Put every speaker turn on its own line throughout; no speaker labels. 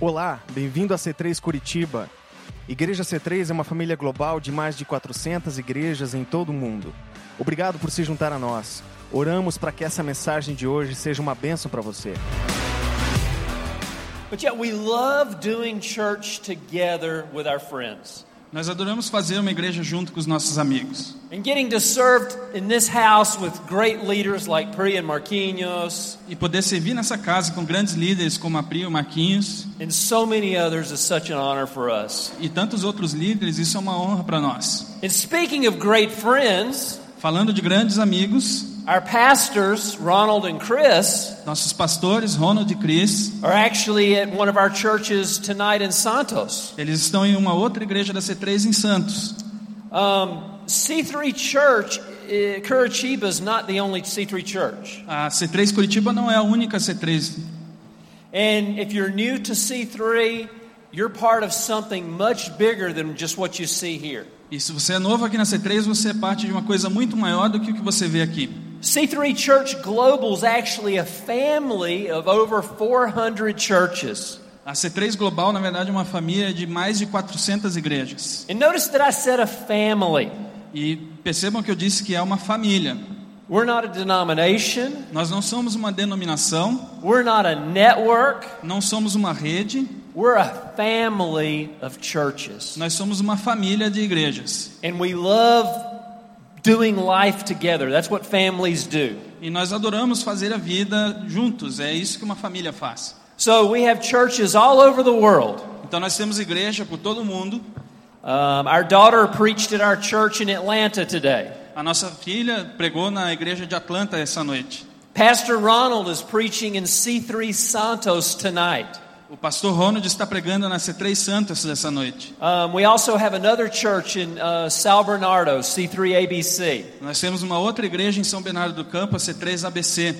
Olá, bem-vindo a C3 Curitiba. Igreja C3 é uma família global de mais de 400 igrejas em todo o mundo. Obrigado por se juntar a nós. Oramos para que essa mensagem de hoje seja uma bênção para você.
But yet we love doing church together with our friends.
Nós adoramos fazer uma igreja junto com os nossos amigos.
And getting to serve in this house with great leaders like Pri and Marquinhos
E poder servir nessa casa com grandes líderes como a Pri, o Marquinhos
and so many others is such an honor for us.
e tantos outros líderes, isso é uma honra para nós.
And speaking of great friends,
Falando de grandes amigos,
our pastors, Ronald and Chris,
nossos pastores, Ronald e Chris,
are actually at one of our churches tonight in Santos.
eles estão em uma outra igreja da C3 em Santos.
Um, C3 Church, eh, Curitiba is not the only C3 church.
A C3 Curitiba não é a única C3.
And if you're new to C3, you're part of something much bigger than just what you see here.
E se você é novo aqui na C3, você é parte de uma coisa muito maior do que o que você vê aqui.
C3 Church Global is actually a family of over 400 churches.
A C3 Global, na verdade, é uma família de mais de 400 igrejas.
And notice that I said a family.
E percebam que eu disse que é uma família.
We're not a denomination,
Nós não somos uma denominação,
we're not a network,
não somos uma rede,
we're a family of churches.
nós somos uma família de igrejas.
And we love doing life together. That's what families do.
E nós adoramos fazer a vida juntos, é isso que uma família faz.
So we have churches all over the world.
Então nós temos igreja por todo mundo.
Um, our daughter preached at our church in Atlanta today.
A nossa filha pregou na igreja de Atlanta essa noite.
Pastor Ronald is preaching in C3 Santos tonight.
O pastor Ronald está pregando na C3 Santos essa noite.
Um, we also have another church in uh, Sal Bernardo, C3 ABC.
Nós temos uma outra igreja em São Bernardo do Campo, a C3 ABC.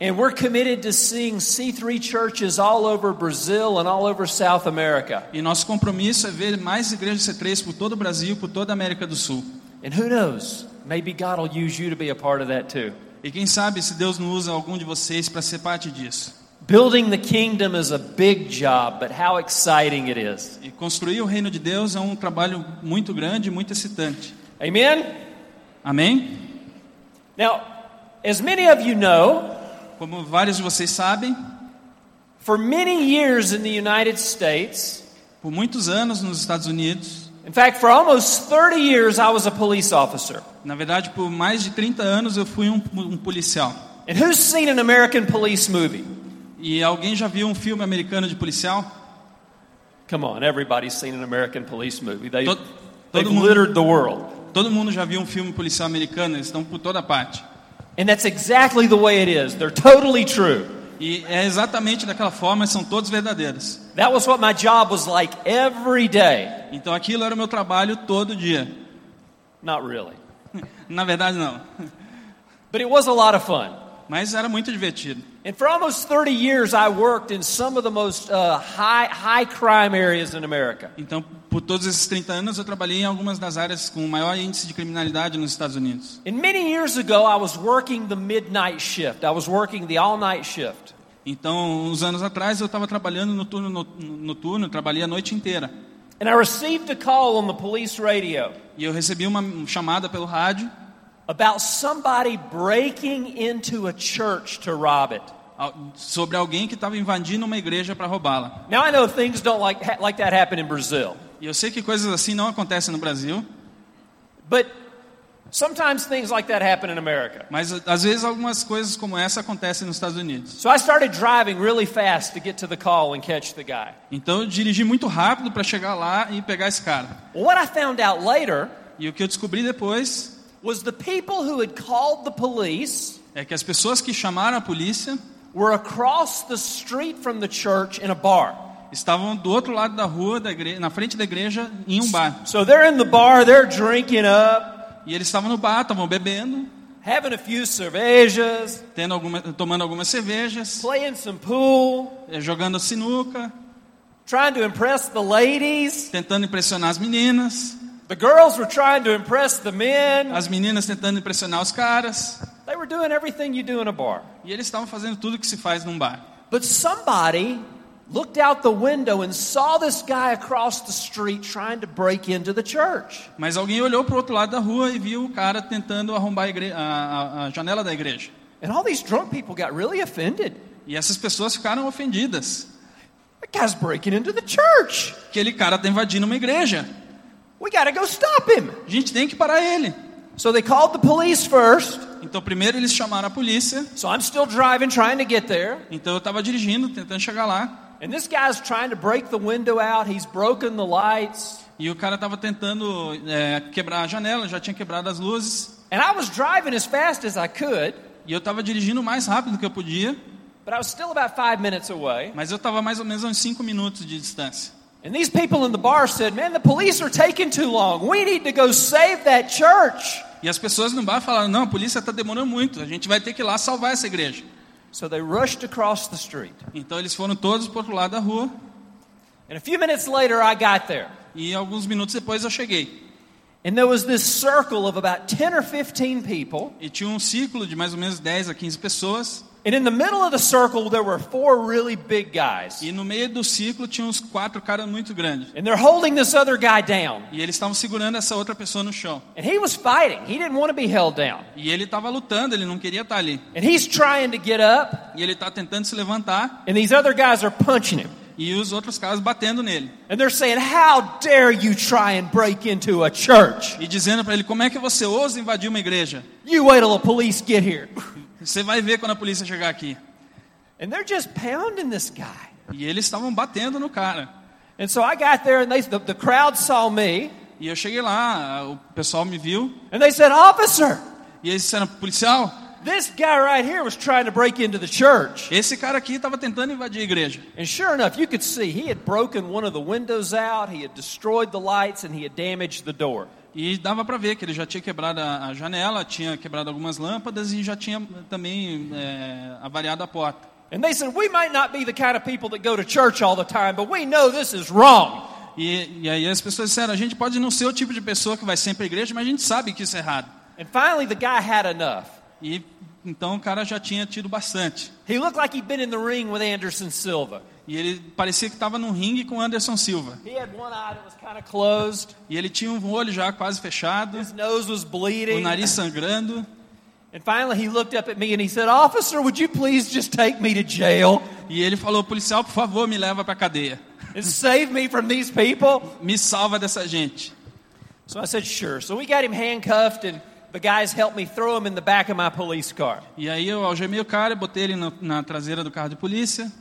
And we're committed to seeing C3 churches all over Brazil and all over South America.
E nosso compromisso é ver mais igrejas C3 por todo o Brasil, por toda a América do Sul.
And who knows, maybe God will use you to be a part of that too.
E quem sabe se Deus não usa algum de vocês para ser parte disso.
Building the kingdom is a big job, but how exciting it is.
E construir o reino de Deus é um trabalho muito grande, muito excitante.
Amen?
Amém?
Now, as many of you know,
Como vários de vocês sabem,
For many years in the United States,
por muitos anos nos Estados Unidos,
in fact, for almost 30 years, I was a police officer.
na verdade por mais de 30 anos eu fui um, um policial.
And who's seen an American police movie?
E alguém já viu um filme americano de policial?
Come on, everybody's seen an American police movie. They,
Todo-
they've
todo mundo.
littered the world.
Todo mundo já viu um filme policial americano, eles estão por toda parte.
And that's exactly the way it is. They're totally true.
E é exatamente daquela forma, são todos verdadeiros.
That was what my job was like every day.
Então aquilo era o meu trabalho todo dia.
Not really.
Na verdade não,
But it was a lot of fun.
mas era muito divertido.
And for almost 30 years, I worked in some of the most uh, high, high crime areas in America.
Então, por todos esses 30 anos, eu trabalhei em algumas das áreas com o maior índice de criminalidade nos Estados Unidos.
And many years ago, I was working the midnight shift. I was working the all night shift.
Então, uns anos atrás, eu estava trabalhando no turno no- noturno, trabalhei a noite inteira.
And I received a call on the police radio
E eu recebi uma chamada pelo rádio
about somebody breaking into a church to rob it.
ao- sobre alguém que estava invadindo uma igreja para roubá-la.
Now, I know things don't like, ha- like that happen in Brazil,
E eu sei que coisas assim não acontecem no Brasil,
but sometimes things like that happen in America.
mas a- às vezes algumas coisas como essa acontecem nos Estados Unidos.
So I started driving really fast to get to the call and catch the guy.
Então, eu dirigi muito rápido para chegar lá e pegar esse cara.
Well, what I found out later
E o que eu descobri depois
was the people who had called the police
é que as pessoas que chamaram a polícia
were across the street from the church in a bar.
estavam do outro lado da rua, da igre- na frente da igreja, em um bar.
So they're in the bar, they're drinking up,
E eles estavam no bar, estavam bebendo,
having a few cervejas,
tendo alguma, tomando algumas cervejas,
playing some pool,
eh, jogando sinuca,
trying to impress the ladies.
tentando impressionar as meninas,
The girls were trying to impress the men.
as meninas tentando impressionar os caras.
They were doing everything you do in a bar.
E eles estavam fazendo tudo que se faz num bar.
But somebody looked out the window and saw this guy across the street trying to break into the church.
Mas alguém olhou para o outro lado da rua e viu o cara tentando arrombar a, igre- a- a- a janela da igreja.
And all these drunk people got really offended.
E essas pessoas ficaram ofendidas.
That guy's breaking into the church.
Aquele cara tá invadindo uma igreja.
We got to go stop him.
A gente tem que parar ele.
So they called the police first.
Então primeiro eles chamaram a polícia.
So I'm still driving, trying to get there.
Então eu estava dirigindo, tentando chegar lá.
And this guy's trying to break the window out. He's broken the lights.
E o cara estava tentando é, quebrar a janela, já tinha quebrado as luzes.
And I was driving as fast as I could,
E eu estava dirigindo o mais rápido que eu podia.
but I was still about five minutes away.
Mas eu estava mais ou menos a uns 5 minutos de distância.
And these people in the bar said, Man, the police are taking too long. We need to go save that church.
E as pessoas no bar falaram: não, a polícia está demorando muito, a gente vai ter que ir lá salvar essa igreja.
So they rushed across the street.
Então eles foram todos para outro lado da rua
And a few minutes later, I got there.
e alguns minutos depois eu cheguei.
And there was this circle of about 10 or 15 people.
E tinha um círculo de mais ou menos 10 a 15 pessoas
And in the middle of the circle, there were four really big guys.
e no meio do círculo tinha uns quatro caras muito grandes.
And they're holding this other guy down.
E eles estavam segurando essa outra pessoa no chão.
And he was fighting. He didn't want to be held down.
E ele estava lutando, ele não queria estar ali.
And he's trying to get up.
E ele está tentando se levantar
And these other guys are punching him.
e os outros caras batendo nele
And they're saying, How dare you try and break into a church?
e dizendo para ele: como é que você ousa invadir uma igreja?
You wait till the police get here.
Você vai ver quando a polícia chegar aqui.
And they're just pounding this guy.
E eles estavam batendo no cara.
And so I got there, and they, the, the crowd saw me,
E eu cheguei lá, o pessoal me viu,
and they said, Officer,
e eles disseram, policial,
this guy right here was trying to break into the church.
esse cara aqui estava tentando invadir a igreja.
And sure enough, you could see he had broken one of the windows out, he had destroyed the lights, and he had damaged the door.
E dava para ver que ele já tinha quebrado a a janela, tinha quebrado algumas lâmpadas e já tinha também é, avariado a porta.
And they said, We might not be the kind of people that go to church all the time, but we know this is wrong.
E, e aí as pessoas disseram, a gente pode não ser o tipo de pessoa que vai sempre à igreja, mas a gente sabe que isso é errado.
And finally, the guy had enough.
E então o cara já tinha tido bastante.
He looked like he'd been in the ring with Anderson Silva.
E ele parecia que estava num ringue com Anderson Silva.
He had one eye that was kind of closed,
E ele tinha um olho já quase fechado,
his nose was
o
bleeding.
nariz sangrando.
And finally, he looked up at me and he said, Officer, would you please just take me to jail
E ele falou: policial, por favor, me leva para cadeia.
and save me from these people?
Me salva dessa gente.
So I said, Sure. So we got him handcuffed, and the guys helped me throw him in the back of my police car.
E aí eu algemei o cara, botei ele no- na traseira do carro de polícia.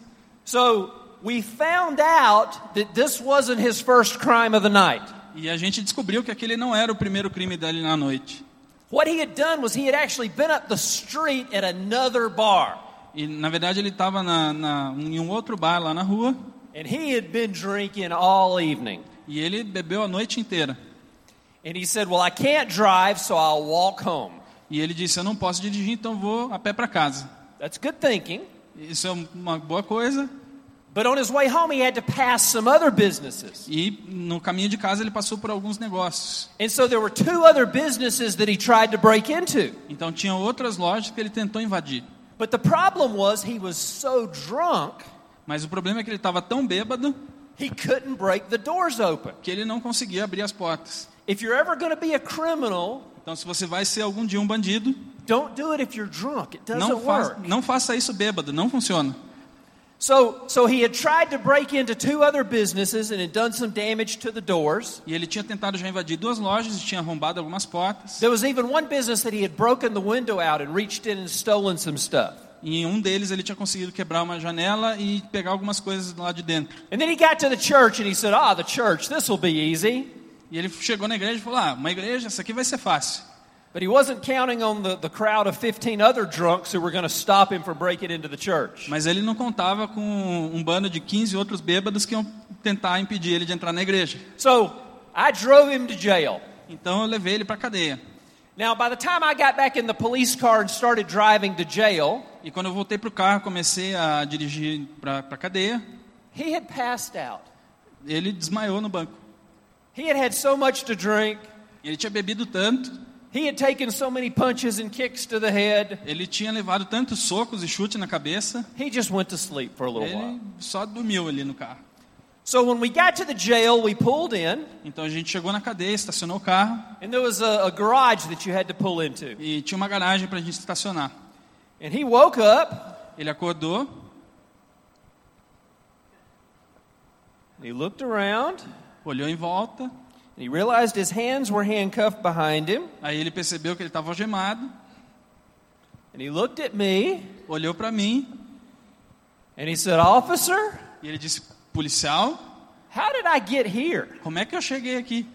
So we found out that this wasn't his first crime of the night.
E a gente descobriu que aquele não era o primeiro crime dele na noite.
What he had done was he had actually been up the street at another bar,
E na verdade ele estava na, na- em um outro bar lá na rua.
and he had been drinking all evening.
E ele bebeu a noite inteira.
And he said, Well, I can't drive, so I'll walk home.
E ele disse: Eu não posso dirigir, então vou a pé para casa.
That's good thinking.
Isso é uma boa coisa.
But on his way home, he had to pass some other businesses.
E no caminho de casa ele passou por alguns negócios.
And so there were two other businesses that he tried to break into.
Então tinha outras lojas que ele tentou invadir.
But the problem was he was so drunk,
Mas o problema é que ele estava tão bêbado
he couldn't break the doors open.
que ele não conseguia abrir as portas.
If you're ever going to be a criminal,
Então, se você vai ser algum dia um bandido,
don't do it if you're drunk. It doesn't
não, fa
work.
não faça isso bêbado, não funciona.
So, so he had tried to break into two other businesses and had done some damage to the doors.
E ele tinha tentado já invadir duas lojas e tinha arrombado algumas portas.
There was even one business that he had broken the window out and reached in and stolen some stuff.
E em um deles ele tinha conseguido quebrar uma janela e pegar algumas coisas lá de dentro.
And then he got to the church and he said, Ah, the church, this will be easy.
E ele chegou na igreja e falou: Ah, uma igreja, essa aqui vai ser fácil.
But he wasn't counting on the, the crowd of 15 other drunks who were going to stop him from breaking into the church.
Mas ele não contava com um bando de 15 outros bêbados que iam tentar impedir ele de entrar na igreja.
So I drove him to jail.
Então eu levei ele para cadeia.
Now, by the time I got back in the police car and started driving to jail,
E quando eu voltei pro carro, comecei a dirigir para a cadeia.
he had passed out.
Ele desmaiou no banco.
He had had so much to drink,
Ele tinha bebido tanto,
He had taken so many punches and kicks to the head,
Ele tinha levado tantos socos e chute na cabeça,
he just went to sleep for a little while.
ele só dormiu ali no carro.
So when we got to the jail, we pulled in,
Então a gente chegou na cadeia, estacionou o carro
and there was a, a garage that you had to pull into.
e tinha uma garagem para a gente estacionar.
And he woke up,
Ele acordou,
and he looked around,
olhou em volta,
and he realized his hands were handcuffed behind him,
aí ele percebeu que ele estava algemado,
and he looked at me,
olhou para mim
and he said, Officer,
e ele disse: Policial,
how did I get here?
como é que eu cheguei aqui?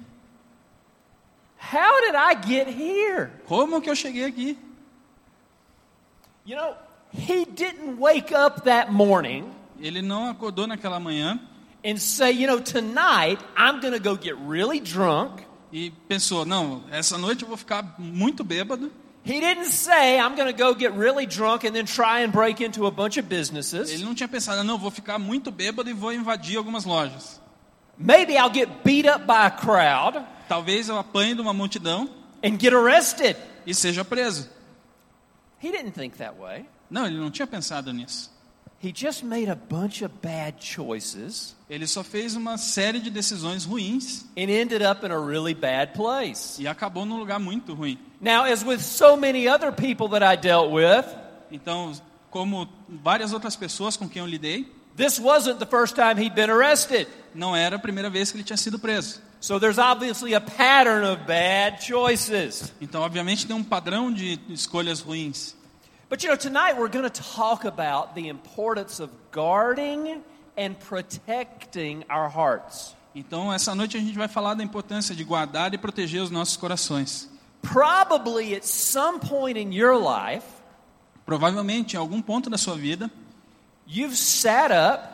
How did I get here?
Como que eu cheguei aqui?
You know, he didn't wake up that morning
Ele não acordou naquela manhã
and say, you know, tonight I'm going to go get really drunk.
e pensou: Não, essa noite eu vou ficar muito bêbado.
He didn't say, I'm going to go get really drunk and then try and break into a bunch of
Ele
businesses.
não tinha pensado: Não, eu vou ficar muito bêbado e vou invadir algumas lojas.
Maybe I'll get beat up by a crowd
Talvez eu apanhe de uma multidão
and get arrested.
e seja preso.
He didn't think that way.
Não, ele não tinha pensado nisso.
He just made a bunch of bad choices
Ele só fez uma série de decisões ruins
and ended up in a really bad place.
e acabou num lugar muito ruim.
Now, as with so many other people that I dealt with,
Então, como várias outras pessoas com quem eu lidei,
this wasn't the first time he'd been arrested.
não era a primeira vez que ele tinha sido preso.
So there's obviously a pattern of bad choices.
Então, obviamente, tem um padrão de escolhas ruins.
But you know, tonight we're going to talk about the importance of guarding and protecting our hearts.
Então, essa noite a gente vai falar da importância de guardar e proteger os nossos corações.
Probably at some point in your life,
Provavelmente, em algum ponto da sua vida,
you've sat up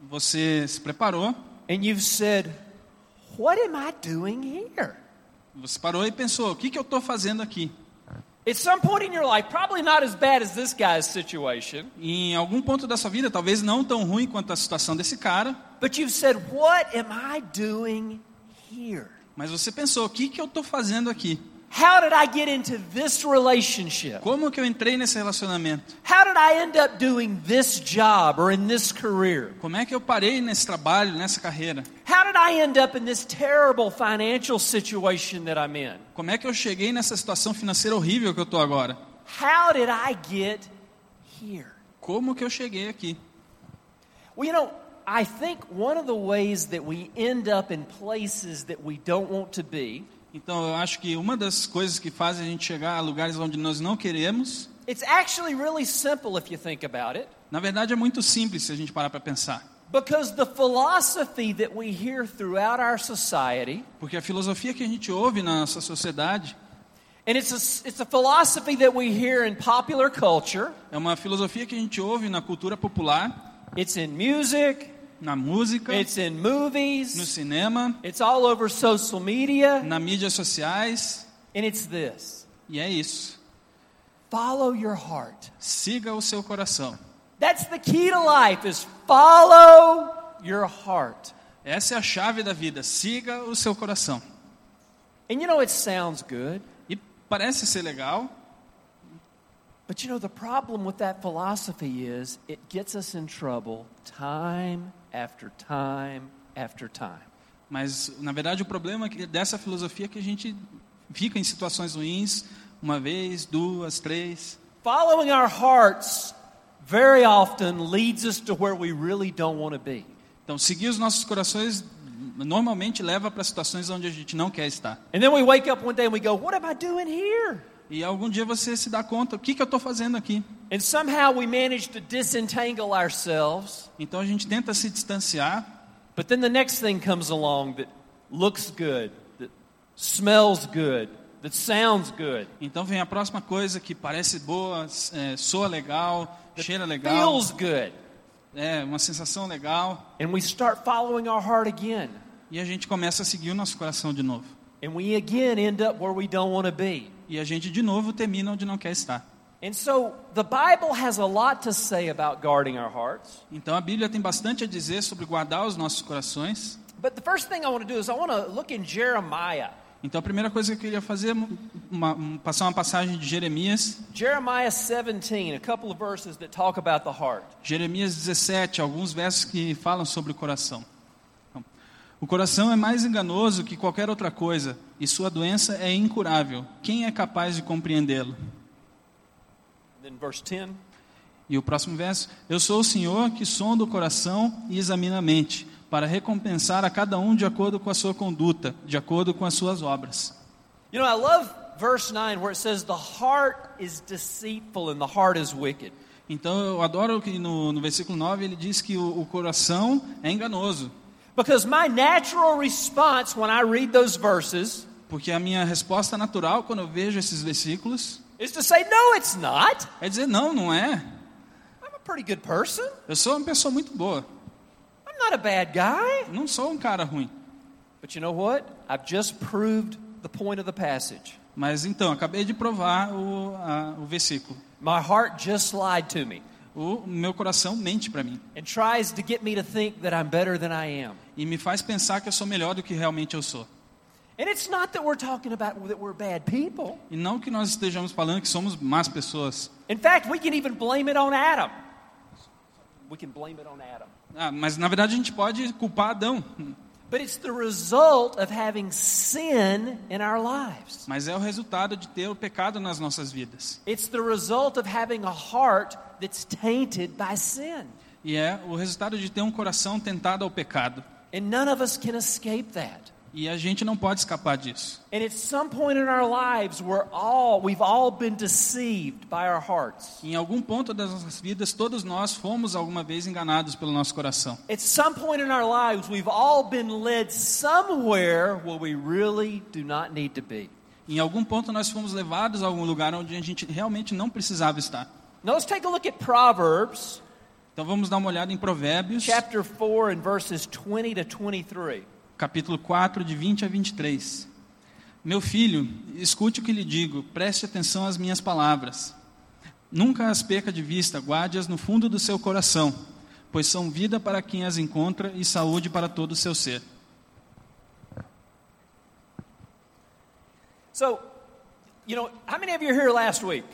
você se preparou,
and you've said, What am I doing here?
você parou e pensou: o que, que eu estou fazendo aqui?
At some point in your life, probably not as bad as this guy's situation,
Em algum ponto da sua vida, talvez não tão ruim quanto a situação desse cara,
but you've said, What am I doing here?
mas você pensou: o que, que eu estou fazendo aqui?
How did I get into this relationship?
Como que eu entrei nesse relacionamento?
How did I end up doing this job or in this career?
Como é que eu parei nesse trabalho, nessa carreira?
How did I end up in this terrible financial situation that I'm in?
Como é que eu cheguei nessa situação financeira horrível que eu estou agora?
How did I get here?
Como que eu cheguei aqui?
Well, you know, I think one of the ways that we end up in places that we don't want to be,
Então, eu acho que uma das coisas que faz a gente chegar a lugares onde nós não queremos,
it's actually really simple if you think about it,
na verdade é muito simples se a gente parar para pensar.
because the philosophy that we hear throughout our society,
Porque a filosofia que a gente ouve na nossa sociedade
and it's a, it's a philosophy that we hear in popular culture,
é uma filosofia que a gente ouve na cultura popular,
it's in music,
na música,
It's in
no
movies.
cinema,
It's all over social media.
na mídias sociais,
And it's this
e é isso.
follow your heart.
Siga o seu coração.
That's the key to life is follow your heart.
Essa é a chave da vida. Siga o seu coração.
And you know, it sounds good,
E parece ser legal,
but you know, the problem with that philosophy is it gets us in trouble time after time after time.
mas na verdade o problema é que dessa filosofia é que a gente fica em situações ruins uma vez, duas, três.
Following our hearts very often leads us to where we really don't want to be.
Então, seguir os nossos corações normalmente leva para situações onde a gente não quer estar.
And then we wake up one day and we go, What am I doing here?
E algum dia você se dá conta, o que, que eu estou fazendo aqui?
And somehow we manage to disentangle ourselves,
Então a gente tenta se distanciar,
but then the next thing comes along that looks good, that smells good, that sounds good,
então vem a próxima coisa que parece boa, é, soa legal, cheira legal,
feels good.
é uma sensação legal,
And we start following our heart again.
e a gente começa a seguir o nosso coração de novo.
And we again end up where we don't want to be.
E a gente de novo termina onde não quer estar.
And so the Bible has a lot to say about guarding our hearts.
Então a Bíblia tem bastante a dizer sobre guardar os nossos corações.
But the first thing I want to do is I want to look in Jeremiah.
Então a primeira coisa que eu queria fazer é uma- um- passar uma passagem de Jeremias,
Jeremiah 17, a couple of verses that talk about the heart.
Jeremias 17, alguns versos que falam sobre o coração. Então, o coração é mais enganoso que qualquer outra coisa, e sua doença é incurável. Quem é capaz de compreendê-lo?
Then verse 10,
E o próximo verso: Eu sou o Senhor que sonda o coração e examina a mente, para recompensar a cada um de acordo com a sua conduta, de acordo com as suas obras.
You know, I love verse 9 where it says, The heart is deceitful and the heart is wicked.
Então eu adoro que no, no versículo 9 ele diz que o, o coração é enganoso,
Because my natural response when I read those verses
porque a minha resposta natural quando eu vejo esses versículos
is to say, No, it's not.
é dizer: Não, não é.
I'm a pretty good person.
Eu sou uma pessoa muito boa,
I'm not a bad guy.
não sou um cara ruim.
But you know what? I've just proved the point of the passage.
Mas então, acabei de provar o, a- o versículo.
My heart just lied to me
O meu coração mente para mim
and tries to get me to think that I'm better than I am.
e me faz pensar que eu sou melhor do que realmente eu sou.
And it's not that we're talking about that we're bad people.
E não que nós estejamos falando que somos más pessoas.
In fact, we can even blame it on Adam. We can blame it on Adam.
Ah, mas na verdade a gente pode culpar Adão.
But it's the result of having sin in our lives.
Mas é o resultado de ter o pecado nas nossas vidas.
It's the result of having a heart that's tainted by sin.
E é o resultado de ter um coração tentado ao pecado.
And none of us can escape that.
E a gente não pode escapar disso.
And at some point in our lives, we're all, we've all been deceived by our hearts.
Em algum ponto das nossas vidas, todos nós fomos alguma vez enganados pelo nosso coração.
At some point in our lives, we've all been led somewhere where we really do not need to be.
Em algum ponto nós fomos levados a algum lugar onde a gente realmente não precisava estar.
Now let's take a look at Proverbs
Então vamos dar uma olhada em Provérbios,
chapter 4 and verses 20 to 23.
capítulo 4, de 20 a 23. Meu filho, escute o que lhe digo, preste atenção às minhas palavras. Nunca as perca de vista, guarde-as no fundo do seu coração, pois são vida para quem as encontra e saúde para todo o seu ser.
So, you know, how many of you were here last week?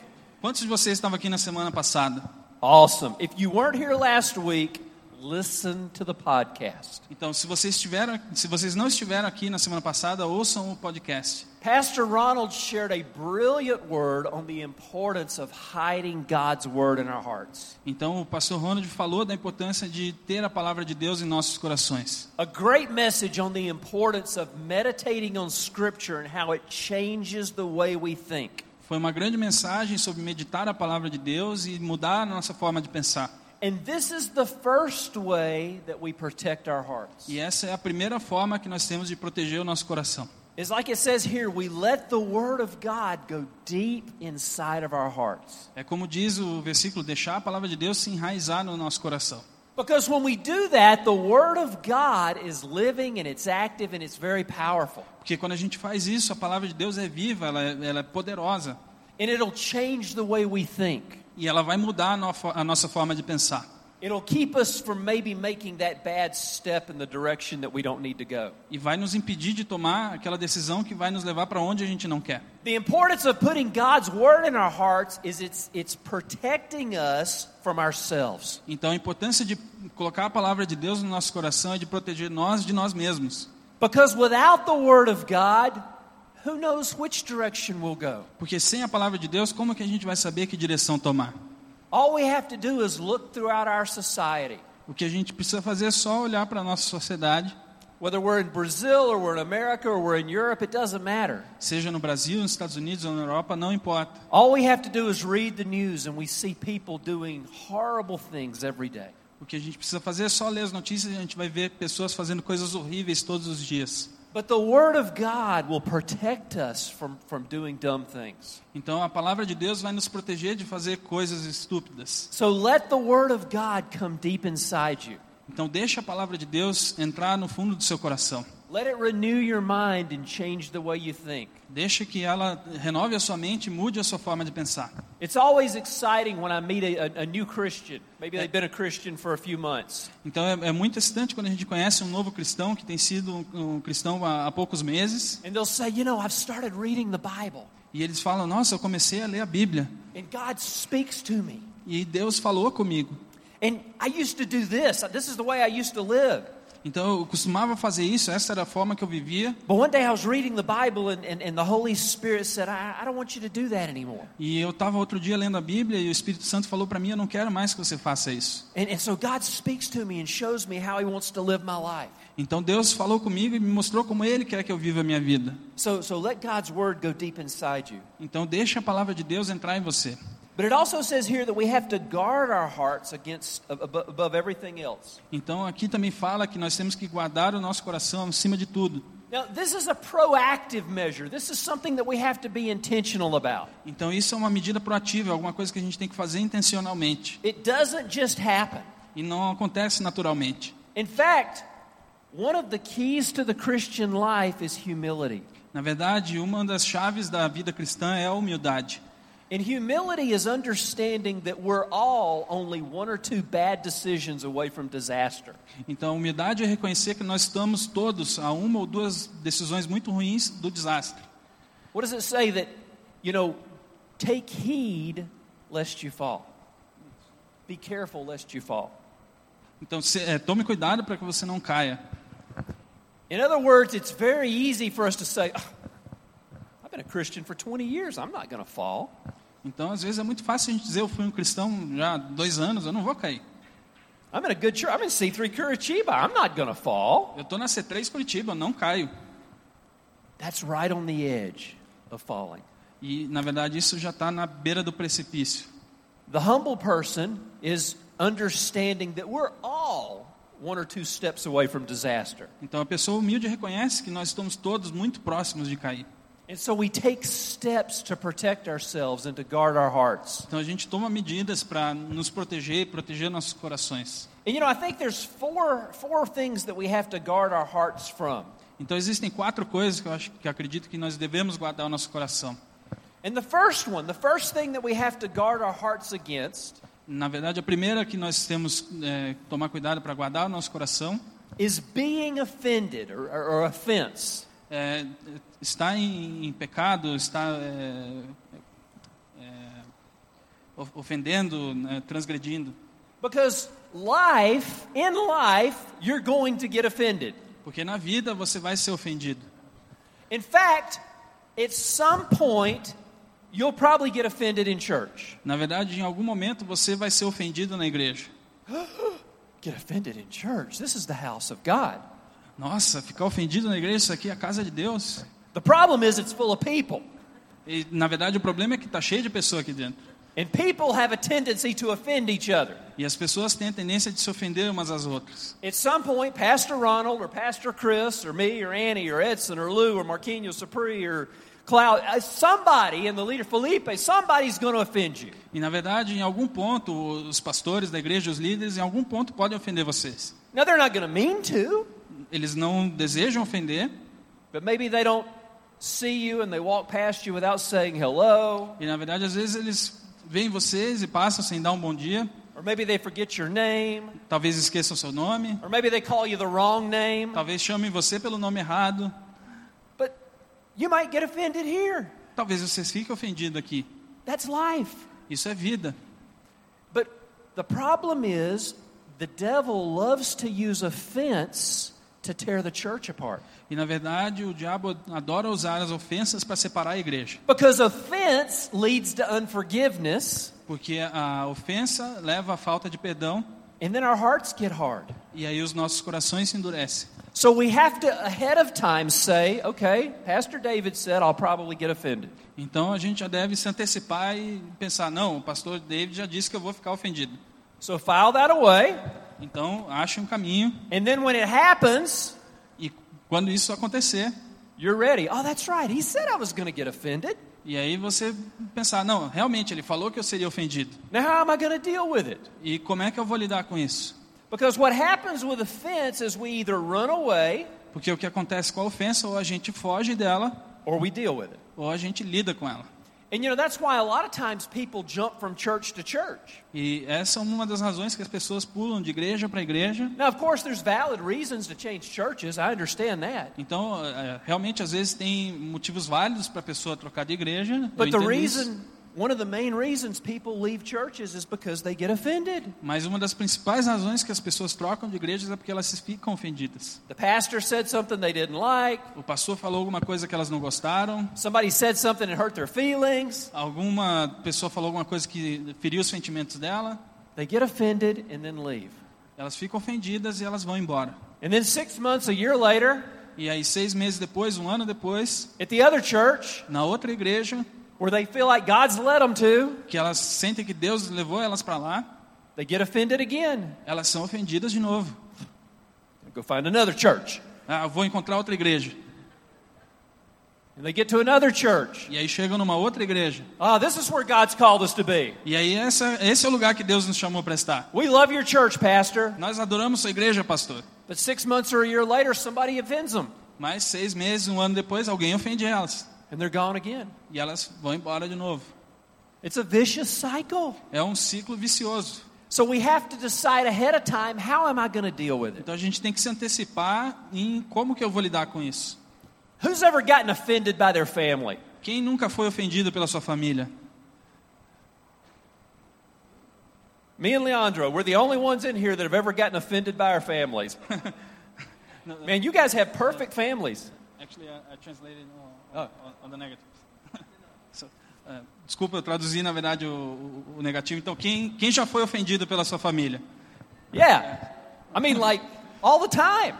Quantos de vocês estavam aqui na semana passada?
Awesome. If you weren't here last week, listen to the podcast.
Então, se vocês, estiveram, se vocês não estiveram aqui na semana passada, ouçam o podcast.
Pastor Ronald shared a brilliant word on the importance of hiding God's word in our hearts.
Então, o pastor Ronald falou da importância de ter a palavra de Deus em nossos corações.
A great message on the importance of meditating on Scripture and how it changes the way we think.
Foi uma grande mensagem sobre meditar a palavra de Deus e mudar a nossa forma de pensar.
And this is the first way that we protect our hearts.
E essa é a primeira forma que nós temos de proteger o nosso coração.
It's like it says here we let the Word of God go deep inside of our hearts.
É como diz o versículo, deixar a palavra de Deus se enraizar no nosso coração.
Because when we do that, the Word of God is living and it's active and it's very powerful.
Porque quando a gente faz isso, a palavra de Deus é viva, ela é, ela é poderosa.
And it'll change the way we think.
E ela vai mudar a, nofo- a nossa forma de pensar.
It'll keep us from maybe making that bad step in the direction that we don't need to go.
E vai nos impedir de tomar aquela decisão que vai nos levar para onde a gente não quer.
The importance of putting God's word in our hearts is it's it's protecting us from ourselves.
Então a importância de colocar a palavra de Deus no nosso coração é de proteger nós de nós mesmos.
Because without the word of God, who knows which direction we'll go?
Porque sem a palavra de Deus, como é que a gente vai saber que direção tomar?
All we have to do is look throughout our society.
O que a gente precisa fazer é só olhar para a nossa sociedade,
Whether we're in Brazil or we're in America or we're in Europe, it doesn't matter.
seja no Brasil, nos Estados Unidos ou na Europa, não importa.
All we have to do is read the news and we see people doing horrible things every day.
O que a gente precisa fazer é só ler as notícias e a gente vai ver pessoas fazendo coisas horríveis todos os dias.
But the word of God will protect us from, from doing dumb things.
Então a palavra de Deus vai nos proteger de fazer coisas estúpidas.
So let the Word of God come deep inside you.
Então deixa a palavra de Deus entrar no fundo do seu coração.
Let it renew your mind and change the way you think.
Deixa que ela renove a sua mente e mude a sua forma de pensar.
It's always exciting when I meet a, a, a new Christian. Maybe they've been a Christian for a few months.
Então é, é muito excitante quando a gente conhece um novo cristão que tem sido um, um cristão há, há poucos meses
And they'll say, You know, I've started reading the Bible,
e eles falam: Nossa, eu comecei a ler a Bíblia
and God speaks to me.
e Deus falou comigo.
And I used to do this. This is the way I used to live.
Então eu costumava fazer isso, essa era a forma que eu vivia.
But one day I was reading the Bible, and, and, and the Holy Spirit said, I, I don't want you to do that anymore.
E eu estava outro dia lendo a Bíblia e o Espírito Santo falou para mim: Eu não quero mais que você faça isso.
And, and so God speaks to me and shows me how He wants to live my life.
Então Deus falou comigo e me mostrou como Ele quer que eu viva a minha vida.
So, so let God's Word go deep inside you.
Então deixa a palavra de Deus entrar em você.
But it also says here that we have to guard our hearts against ab- ab- above everything else.
Então aqui também fala que nós temos que guardar o nosso coração acima de tudo.
Now, this is a proactive measure. This is something that we have to be intentional about.
Então isso é uma medida proativa, alguma coisa que a gente tem que fazer intencionalmente
It doesn't just happen.
e não acontece naturalmente.
In fact, one of the keys to the Christian life is humility.
Na verdade, uma das chaves da vida cristã é a humildade.
And humility is understanding that we're all only one or two bad decisions away from disaster.
Então, humildade é reconhecer que nós estamos todos a uma ou duas decisões muito ruins do desastre.
What does it say that, you know, take heed lest you fall? Be careful lest you fall.
Então, se- é, tome cuidado para que você não caia.
In other words, it's very easy for us to say, "Oh, I've been a Christian for 20 years, I'm not going to fall.
Então, às vezes é muito fácil a gente dizer: eu fui um cristão já há dois anos, eu não vou cair.
I'm in a good church, I'm in C3 Curitiba, I'm not going to fall.
Eu estou na C3 Curitiba, eu não caio.
That's right on the edge of falling.
E, na verdade, isso já está na beira do precipício.
The humble person is understanding that we're all one or two steps away from disaster.
Então, a pessoa humilde reconhece que nós estamos todos muito próximos de cair.
And so we take steps to protect ourselves and to guard our hearts.
Então, a gente toma medidas para nos proteger e proteger nossos corações.
And you know, I think there's four four things that we have to guard our hearts from.
Então existem quatro coisas que eu acho que eu acredito que nós devemos guardar o nosso coração.
And the first one, the first thing that we have to guard our hearts against
Na verdade, a primeira que nós temos é, que tomar cuidado para guardar o nosso coração
is being offended or, or, or offense.
é está em, em pecado, está é, é, of- ofendendo, né, transgredindo,
Because life, in life, you're going to get offended.
porque na vida você vai ser ofendido.
In fact, at some point, you'll probably get offended in church.
Na verdade, em algum momento você vai ser ofendido na igreja.
Get offended in church. This is the house of God.
Nossa, ficar ofendido na igreja, isso aqui é a casa de Deus.
The problem is it's full of people.
E, na verdade, o problema é que está cheio de pessoa aqui dentro.
And people have a tendency to offend each other.
E as pessoas têm a tendência de se ofender umas às outras.
At some point, Pastor Ronald or Pastor Chris or me or Annie or Edson or Lou or Marquinhos Supri or Cloud, uh, somebody in the leader, Felipe, somebody's going to offend you.
E na verdade, em algum ponto, os pastores da igreja, os líderes, em algum ponto podem ofender vocês.
Now, they're not going to mean to,
Eles não desejam ofender,
but maybe they don't see you and they walk past you without saying hello,
e na verdade, às vezes eles veem vocês e passam sem dar um bom dia,
or maybe they forget your name,
talvez esqueçam seu nome,
or maybe they call you the wrong name.
talvez chamem você pelo nome errado,
But you might get offended here.
talvez vocês fiquem ofendidos aqui.
That's life.
Isso é vida.
But the problem is the devil loves to use offense to tear the church apart.
E na verdade, o diabo adora usar as ofensas para separar a igreja,
Because offense leads to unforgiveness,
porque a ofensa leva à falta de perdão,
and then our hearts get hard.
e aí os nossos corações se endurecem.
So we have to ahead of time say, okay, Pastor David said I'll probably get offended.
Então a gente já deve se antecipar e pensar: não, o pastor David já disse que eu vou ficar ofendido.
So file that away,
Então ache um caminho
and then when it happens,
e quando isso acontecer,
you're ready. Oh, that's right. He said I was going to get offended.
e aí você pensar: não, realmente ele falou que eu seria ofendido.
Now how am I going to deal with it?
E como é que eu vou lidar com isso?
Because what happens with offense is we either run away
Porque o que acontece com a ofensa, ou a gente foge dela,
or we deal with it.
ou a gente lida com ela.
And you know, that's why a lot of times people jump from church to church.
E essa é uma das razões que as pessoas pulam de igreja para igreja.
Now, of course, there's valid reasons to change churches. I understand that.
Então, é, realmente, às vezes tem motivos válidos para a pessoa trocar de igreja. eu
But the
entendo isso.
reason, one of the main reasons people leave churches is because they get offended.
Mas uma das principais razões que as pessoas trocam de igrejas é porque elas se ficam ofendidas.
The pastor said something they didn't like.
O pastor falou alguma coisa que elas não gostaram,
Somebody said something that hurt their feelings.
alguma pessoa falou alguma coisa que feriu os sentimentos dela,
They get offended and then leave.
elas ficam ofendidas e elas vão embora.
And then six months, a year later,
E aí, seis meses depois, um ano depois,
at the other church
na outra igreja,
where they feel like God's led them to,
que elas sentem que Deus levou elas para lá,
they get offended again.
elas são ofendidas de novo.
Go find another church.
Ah, vou encontrar outra igreja.
And they get to another church.
E aí chegam numa outra igreja.
Ah, this is where God's called us to be.
E aí essa, esse é o lugar que Deus nos chamou para estar.
We love your church, Pastor.
Nós adoramos sua igreja, pastor.
But six months or a year later, somebody offends them
Mas seis meses, um ano depois, alguém ofende elas.
and they're gone again.
E elas vão embora de novo.
It's a vicious cycle.
É um ciclo vicioso.
So we have to decide ahead of time how am I going to deal with it?
Então a gente tem que se antecipar em como que eu vou lidar com isso.
Who's ever gotten offended by their family?
Quem nunca foi ofendido pela sua família?
Me and Leandro, we're the only ones in here that have ever gotten offended by our families. Man, you guys have perfect families.
Actually, uh, I, translated on,
Ah.
the negative. uh, desculpa, eu traduzi na verdade o, o- o negativo. Então, quem, quem já foi ofendido pela sua família?
Yeah. I mean, like, all the time.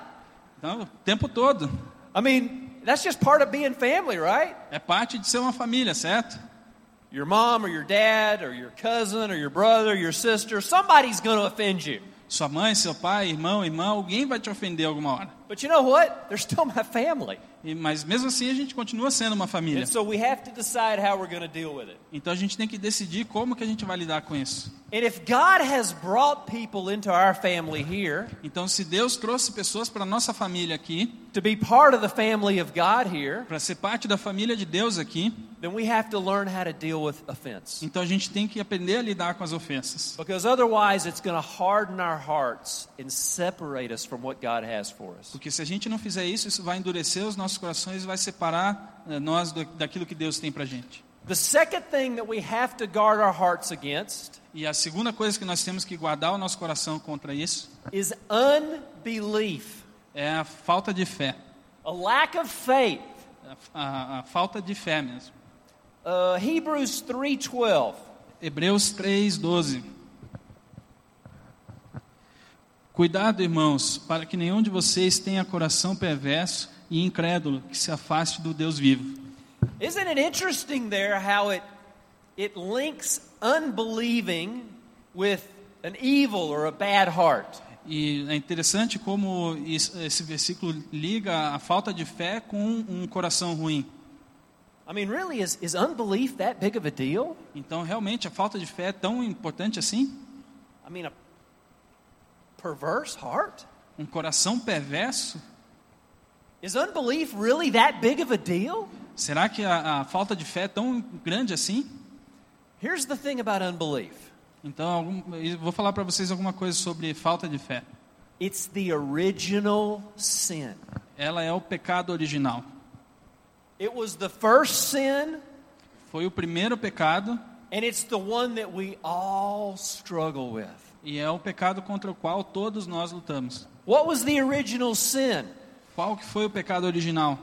Então, o tempo todo.
I mean, that's just part of being family, right?
É parte de ser uma família, certo?
Your mom or your dad or your cousin or your brother, your sister, somebody's going to offend you.
Sua mãe, seu pai, irmão, irmã, alguém vai te ofender alguma hora.
But you know what? They're still my family.
E- Mas mesmo assim a gente continua sendo uma família.
And so we have to decide how we're going to deal with it.
Então a gente tem que decidir como que a gente vai lidar com isso.
And if God has brought people into our family here
Então se Deus trouxe pessoas para nossa família aqui,
to be part of the family of God here,
para ser parte da família de Deus aqui,
then we have to learn how to deal with offense.
então a gente tem que aprender a lidar com as ofensas,
Because otherwise, it's going to harden our hearts and separate us from what God has for us.
porque se a gente não fizer isso, isso vai endurecer os nossos corações e vai separar eh, nós do, daquilo que Deus tem para gente.
The second thing that we have to guard our hearts against
E a segunda coisa que nós temos que guardar o nosso coração contra isso
is unbelief,
é a falta de fé,
a lack of faith.
a, a- a falta de fé mesmo.
Uh, Hebrews 3:12.
Hebreus 3:12 Cuidado, irmãos, para que nenhum de vocês tenha coração perverso e incrédulo que se afaste do Deus vivo.
Isn't it interesting there how it it links unbelieving with an evil or a bad heart?
E é interessante como isso- esse versículo liga a falta de fé com um coração ruim.
I mean, really, is, is unbelief that big of a deal?
Então, realmente, a falta de fé é tão importante assim?
I mean, a perverse heart?
Um coração perverso?
Is unbelief really that big of a deal?
Será que a, a falta de fé é tão grande assim?
Here's the thing about unbelief
Então, algum, eu vou falar para vocês alguma coisa sobre falta de fé.
it's the original sin.
ela é o pecado original.
It was the first sin,
Foi o primeiro pecado
and it's the one that we all struggle with.
e é o pecado contra o qual todos nós lutamos.
What was the original sin?
Qual que foi o pecado original?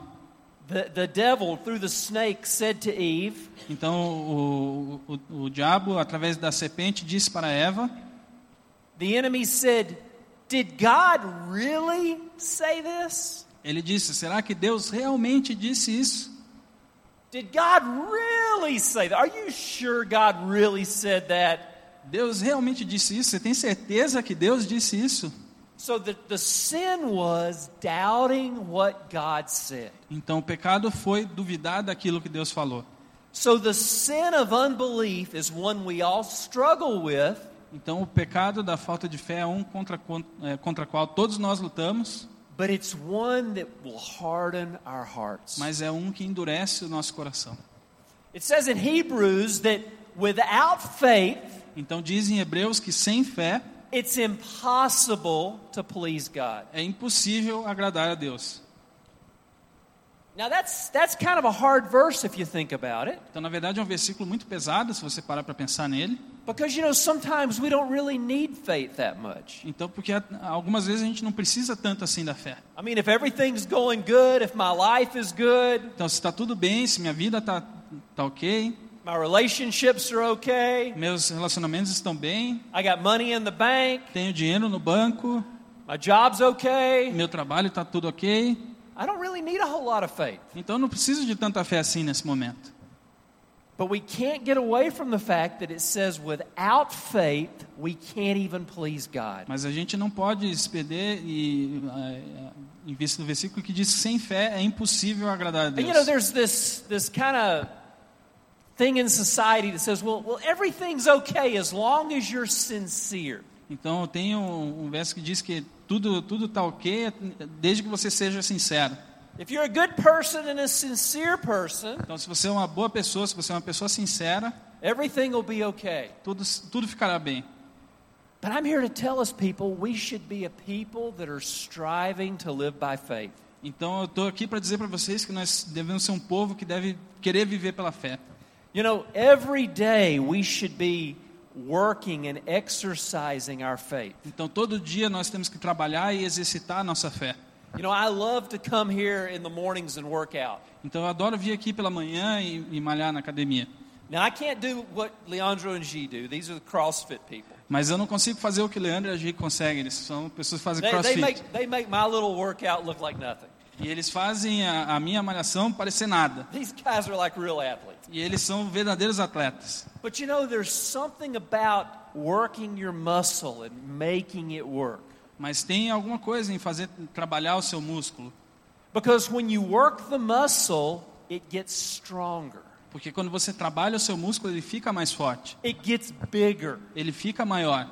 The, the devil, through the snake, said to Eve,
Então o, o, o diabo, através da serpente, disse para Eva,
The enemy said, Did God really say this?
ele disse, será que Deus realmente disse isso?
Did God really say that? Are you sure God really said that?
Deus realmente disse isso? Você tem certeza que Deus disse isso?
So the, the sin was doubting what God said.
Então o pecado foi duvidar daquilo que Deus falou.
So the sin of unbelief is one we all struggle with,
Então o pecado da falta de fé é um contra, contra, eh, contra o qual todos nós lutamos,
but it's one that will harden our hearts.
mas é um que endurece o nosso coração.
It says in Hebrews that without faith,
Então diz em Hebreus que sem fé
it's impossible to please God.
é impossível agradar a Deus.
Now that's that's kind of a hard verse if you think about it,
Então, na verdade, é um versículo muito pesado se você parar para pensar nele.
because you know sometimes we don't really need faith that much.
Então, porque a- algumas vezes a gente não precisa tanto assim da fé.
I mean, if everything's going good, if my life is good,
Então, se está tudo bem, se minha vida está tá ok,
my relationships are okay,
meus relacionamentos estão bem,
I got money in the bank,
tenho dinheiro no banco,
my job's okay,
meu trabalho está tudo ok,
I don't really need a whole lot of faith.
então eu não preciso de tanta fé assim nesse momento.
But we can't get away from the fact that it says without faith, we can't even please God.
Mas a gente não pode se perder e, ah, ah, em vista do versículo que diz que sem fé é impossível agradar a
And you know,
Deus.
there's this, this kind of thing in society that says, well, well, everything's okay as long as you're sincere.
Então tem um, um verso que diz que tudo tudo está ok desde que você seja sincero.
If you're a good person and a sincere person,
Então se você é uma boa pessoa, se você é uma pessoa sincera,
everything will be okay.
tudo tudo ficará bem.
But I'm here to tell us, people, we should be a people that are striving to live by faith.
Então eu estou aqui para dizer para vocês que nós devemos ser um povo que deve querer viver pela fé.
You know, every day we should be working and exercising our faith.
Então todo dia nós temos que trabalhar e exercitar a nossa fé.
You know, I love to come here in the mornings and work out.
Então eu adoro vir aqui pela manhã e, e malhar na academia.
Now, I can't do what Leandro and G do. These are the CrossFit people.
Mas eu não consigo fazer o que Leandro e a Gi conseguem. Eles são pessoas que fazem
They, they,
crossfit.
make, they make my little workout look like nothing.
E eles fazem a, a minha malhação parecer nada.
These guys are like real athletes.
E eles são verdadeiros atletas.
But you know, there's something about working your muscle and making it work.
Mas tem alguma coisa em fazer trabalhar o seu músculo.
Because when you work the muscle, it gets stronger,
Porque quando você trabalha o seu músculo, ele fica mais forte.
it gets bigger,
Ele fica maior.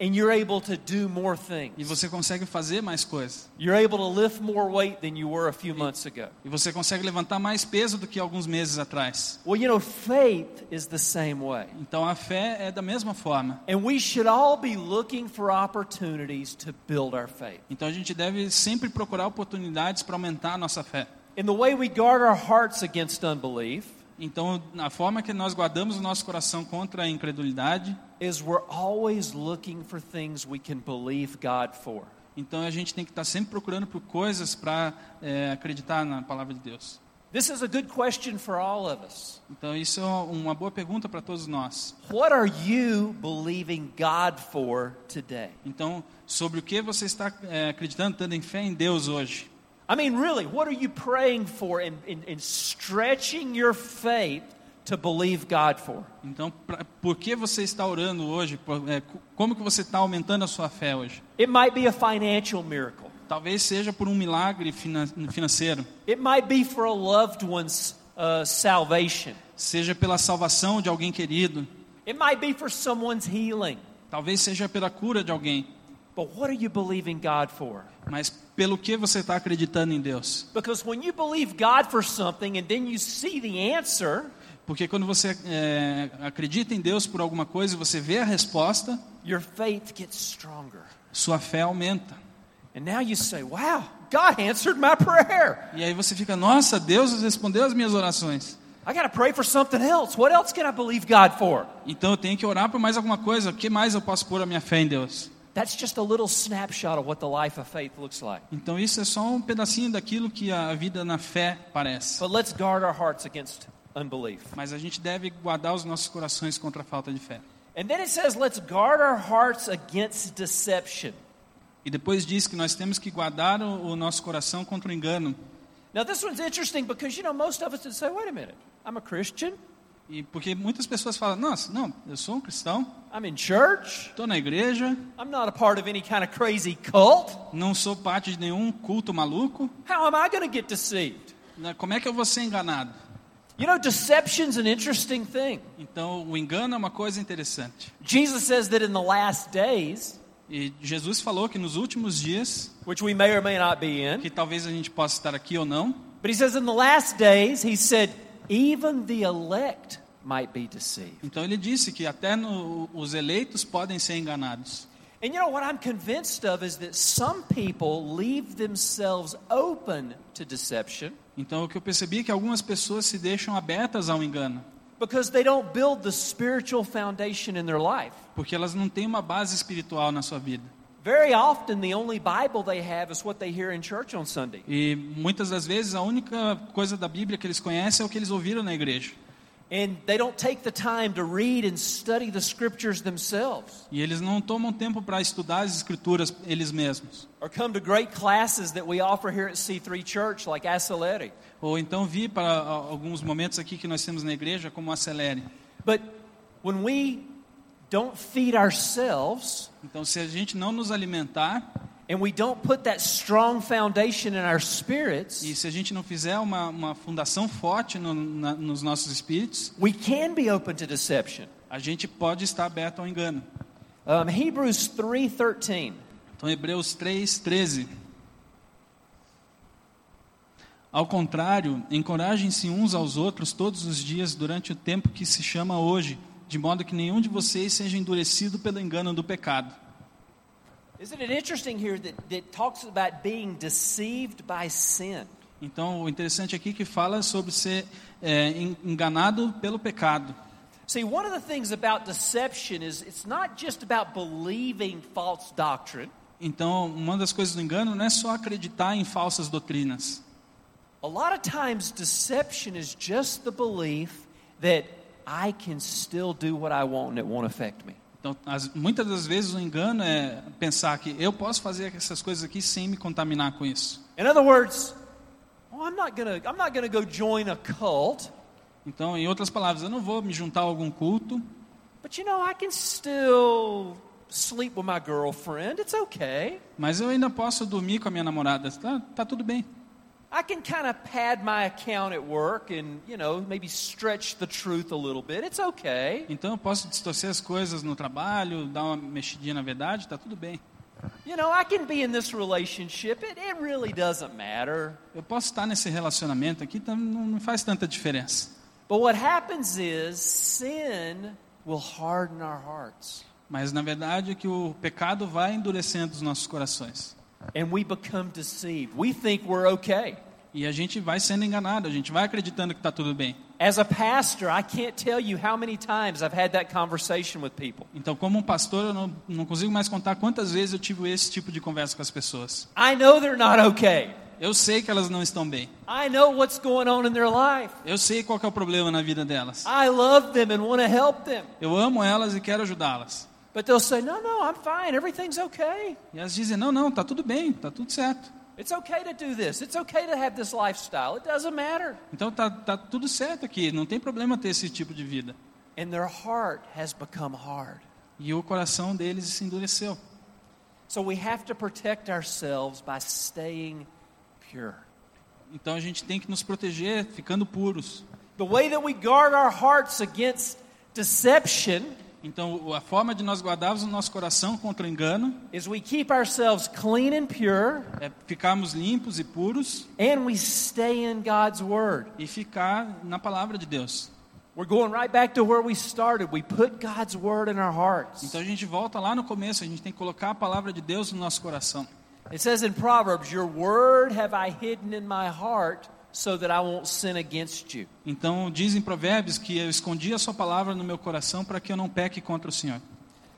and you're able to do more
E
things.
você consegue fazer mais coisas.
You're able to lift more weight than you were a few months ago.
E você consegue levantar mais peso do que alguns meses atrás.
Well, you know, faith is the same way.
Então a fé é da mesma forma.
And we should all be looking for opportunities to build our faith.
Então a gente deve sempre procurar oportunidades para aumentar a nossa fé.
In the way we guard our hearts against unbelief
Então, a forma que nós guardamos o nosso coração contra a incredulidade,
is we're always looking for things we can believe God for.
então a gente tem que estar sempre procurando por coisas para eh, acreditar na palavra de Deus.
This is a good question for all of us.
Então, isso é uma boa pergunta para todos nós.
What are you believing God for today?
Então, sobre o que você está eh, acreditando, tendo em fé em Deus hoje?
I mean, really, what are you praying for and, and, and stretching your faith to believe God for?
Então, pra, por que você está orando hoje? Por, eh, co- como que você está aumentando a sua fé hoje?
It might be a financial miracle.
Talvez seja por um milagre finan financeiro,
It might be for a loved one's uh, salvation.
seja pela salvação de alguém querido,
It might be for someone's healing.
talvez seja pela cura de alguém.
But what are you believing God for?
mas pelo que você está acreditando em Deus.
Because when you believe God for something and then you see the answer,
Porque quando você é, acredita em Deus por alguma coisa, e você vê a resposta,
your faith gets stronger.
sua fé aumenta.
And now you say, wow, God answered my prayer.
E aí você fica, nossa, Deus respondeu as minhas orações.
I got to pray for something else. What else can I believe God for?
Então eu tenho que orar por mais alguma coisa. O que mais eu posso pôr a minha fé em Deus?
That's just a little snapshot of what the life of faith looks like.
Então isso é só um pedacinho daquilo que a vida na fé parece.
But let's guard our hearts against unbelief.
Mas a gente deve guardar os nossos corações contra a falta de fé.
And then it says, let's guard our hearts against deception.
E depois diz que nós temos que guardar o, o nosso coração contra o engano.
Now, this one's interesting because, you know, most of us would say, wait a minute, I'm a Christian,
E porque muitas pessoas falam, nossa, não, eu sou um cristão,
I'm in church,
Estou na igreja,
I'm not a part of any kind of crazy cult.
não sou parte de nenhum culto maluco.
How am I going to get deceived?
né? Como é que eu vou ser enganado?
You know, deception's an interesting thing.
Então, o engano é uma coisa interessante.
Jesus says that in the last days,
E Jesus falou que nos últimos dias,
which we may or may not be in,
que talvez a gente possa estar aqui ou não,
but he says in the last days, he said, even the elect might be deceived.
Então ele disse que até no- os eleitos podem ser enganados.
And you know what I'm convinced of is that some people leave themselves open to deception
Então o que eu percebi é que algumas pessoas se deixam abertas ao engano,
because they don't build the spiritual foundation in their life.
porque elas não têm uma base espiritual na sua vida.
Very often, the only Bible they have is what they hear in church on Sunday.
E muitas das vezes a única coisa da Bíblia que eles conhecem é o que eles ouviram na igreja.
And they don't take the time to read and study the scriptures themselves
E eles não tomam tempo para estudar as escrituras eles mesmos.
or come to great classes that we offer here at C3 Church, like Aceleti.
Ou então vi para a- alguns momentos aqui que nós temos na igreja como acelere.
But when we don't feed ourselves
Então se a gente não nos alimentar
and we don't put that strong foundation in our spirits,
e se a gente não fizer uma, uma fundação forte no, na, nos nossos espíritos,
we can be open to deception.
a gente pode estar aberto ao engano.
Um, Hebrews 3:13.
Então, Hebreus 3, 13. Ao contrário, encorajem-se uns aos outros todos os dias durante o tempo que se chama hoje, de modo que nenhum de vocês seja endurecido pelo engano do pecado.
Isn't it interesting here that, that talks about being deceived by sin?
Então, o interessante aqui é que fala sobre ser é, en- enganado pelo pecado.
See, one of the things about deception is it's not just about believing false doctrine.
Então, uma das coisas do engano não é só acreditar em falsas doutrinas.
A lot of times, deception is just the belief that I can still do what I want and it won't affect me.
Então, as, muitas das vezes o engano é pensar que eu posso fazer essas coisas aqui sem me contaminar com isso.
In other words, oh, I'm not gonna, I'm not gonna go join a cult,
Então, em outras palavras, eu não vou me juntar a algum culto,
but you know, I can still sleep with my girlfriend. It's okay.
mas eu ainda posso dormir com a minha namorada. Tá, tá tudo bem.
I can kind of pad my account at work and, you know, maybe stretch the truth a little bit. It's okay.
Então, eu posso distorcer as coisas no trabalho, dar uma mexidinha na verdade, tá tudo bem.
You know, I can be in this relationship. It, it really doesn't matter.
Eu posso estar nesse relacionamento aqui, tá, não, não faz tanta diferença.
But what happens is sin will harden our hearts
Mas, na verdade, é que o pecado vai endurecendo os nossos corações.
and we become deceived. We think we're okay.
E a gente vai sendo enganado, a gente vai acreditando que tá tudo bem.
As a pastor, I can't tell you how many times I've had that conversation with people.
Então, como um pastor, eu não, não consigo mais contar quantas vezes eu tive esse tipo de conversa com as pessoas.
I know they're not okay.
Eu sei que elas não estão bem.
I know what's going on in their life.
Eu sei qual que é o problema na vida delas.
I love them and want to help them.
Eu amo elas e quero ajudá-las.
But they'll say, no, no, I'm fine. Everything's okay.
E elas dizem: não, não, tá tudo bem, tá tudo certo.
It's okay to do this. It's okay to have this lifestyle. It doesn't matter.
Então tá, tá tudo certo aqui, não tem problema ter esse tipo de vida.
And their heart has become hard.
E o coração deles se endureceu.
So we have to protect ourselves by staying pure.
Então a gente tem que nos proteger ficando puros.
The way that we guard our hearts against deception
Então o- a forma de nós guardarmos o nosso coração contra o engano
is we keep ourselves clean and pure
é ficarmos limpos e puros
and we stay in God's Word.
e ficar na palavra de Deus.
We're going right back to where we started. We put God's Word in our hearts.
Então a gente volta lá no começo, a gente tem que colocar a palavra de Deus no nosso coração.
It says in Proverbs, Your Word have I hidden in my heart so that I won't sin against you.
Então dizem provérbios que eu escondi a sua palavra no meu coração para que eu não peque contra o Senhor.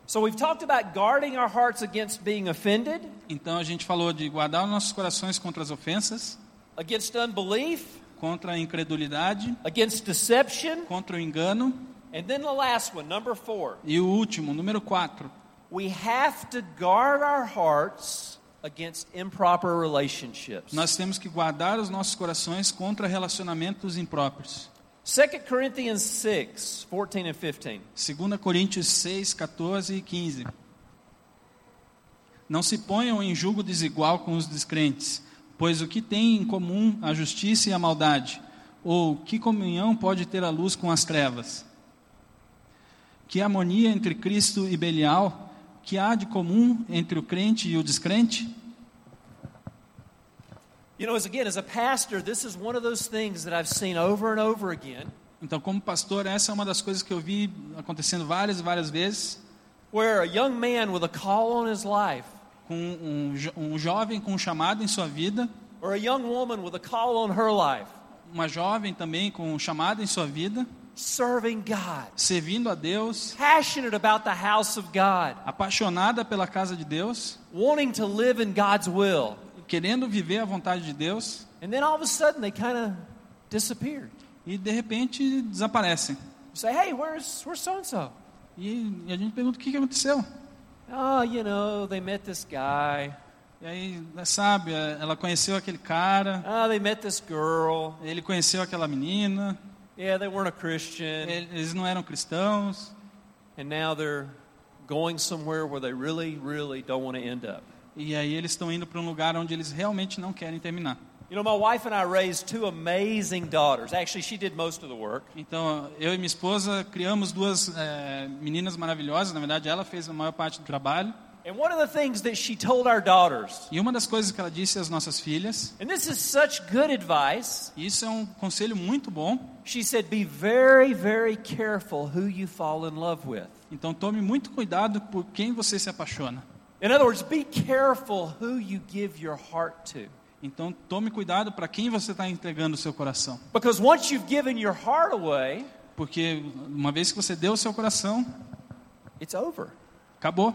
So we've talked about guarding our hearts against being offended,
Então a gente falou de guardar os nossos corações contra as ofensas,
against unbelief,
contra a incredulidade,
against deception.
contra o engano.
And then the last one, number four.
E o último, número 4.
We have to guard our hearts against improper relationships.
Nós temos que guardar os nossos corações contra relacionamentos impróprios.
2 Corinthians 6, 14 and 15.
2 Coríntios 6, 14 e 15. Não se ponham em julgo desigual com os descrentes, pois o que tem em comum a justiça e a maldade? Ou que comunhão pode ter a luz com as trevas? Que harmonia entre Cristo e Belial? Que há de comum entre o crente e o descrente?
You know, as again, as a pastor, this is one of those things that I've seen over and over again
Então, como pastor, essa é uma das coisas que eu vi acontecendo várias e várias vezes
where a young man with a call on his life
com um, jo- um jovem com um chamado em sua vida,
or a young woman with a call on her life
uma jovem também com um chamado em sua vida,
serving God,
servindo a Deus,
passionate about the house of God,
apaixonada pela casa de Deus,
wanting to live in God's will.
querendo viver a vontade de Deus
And then all of a sudden they kind of disappeared.
e de repente desaparecem.
You say, hey, where's, where's so and so?
E, e a gente pergunta o que, que aconteceu.
Oh, you know, they met this guy.
E aí, né, sabe, é, ela conheceu aquele cara,
Oh, they met this girl.
ele conheceu aquela menina,
Yeah, they weren't a Christian.
ele- eles não eram cristãos,
And now they're going somewhere where they really, really don't want to end up.
e aí eles estão indo para um lugar onde eles realmente não querem terminar.
You know, my wife and I raised two amazing daughters. Actually, she did most of the work.
Então, eu e minha esposa criamos duas eh, meninas maravilhosas, na verdade, ela fez a maior parte do trabalho.
And one of the things that she told our daughters,
E uma das coisas que ela disse às nossas filhas,
and this is such good advice,
e isso é um conselho muito bom,
she said, Be very, very careful who you fall in love with.
então tome muito cuidado por quem você se apaixona.
In other words, be careful who you give your heart to.
Então, tome cuidado para quem você está entregando o seu coração.
Because once you've given your heart away,
Porque uma vez que você deu o seu coração,
it's over.
acabou.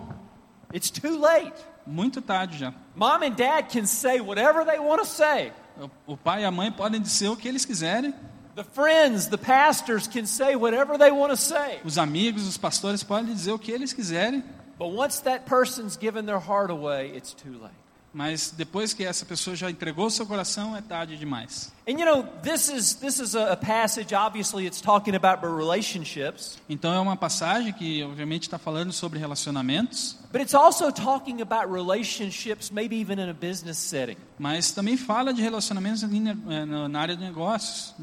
It's too late.
Muito tarde já.
Mom and dad can say whatever they want to say.
O o pai e a mãe podem dizer o que eles quiserem,
The friends, the pastors can say whatever they want to say.
os amigos, os pastores podem dizer o que eles quiserem,
But once that person's given their heart away, it's too late.
mas depois que essa pessoa já entregou o seu coração, é tarde demais.
And you know, this is this is a, a passage obviously it's talking about relationships,
Então é uma passagem que obviamente está falando sobre relacionamentos,
but it's also talking about relationships maybe even in a business setting.
mas também fala de relacionamentos ali na eh, na área de negócios.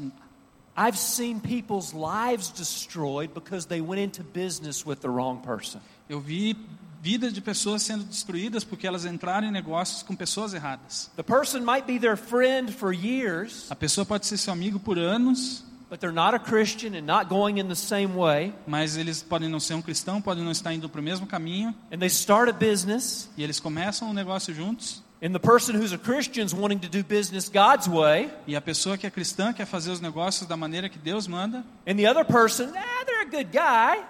I've seen people's lives destroyed because they went into business with the wrong person.
Eu vi vidas de pessoas sendo destruídas porque elas entraram em negócios com pessoas erradas.
The person might be their friend for years,
A pessoa pode ser seu amigo por anos,
but they're not a Christian and not going in the same way,
mas eles podem não ser um cristão, podem não estar indo para o mesmo caminho,
and they start a business
e eles começam um negócio juntos,
And the person who's a Christian's wanting to do business God's way,
e a pessoa que é cristã quer fazer os negócios da maneira que Deus manda,
and the other person, ah, they're a good guy,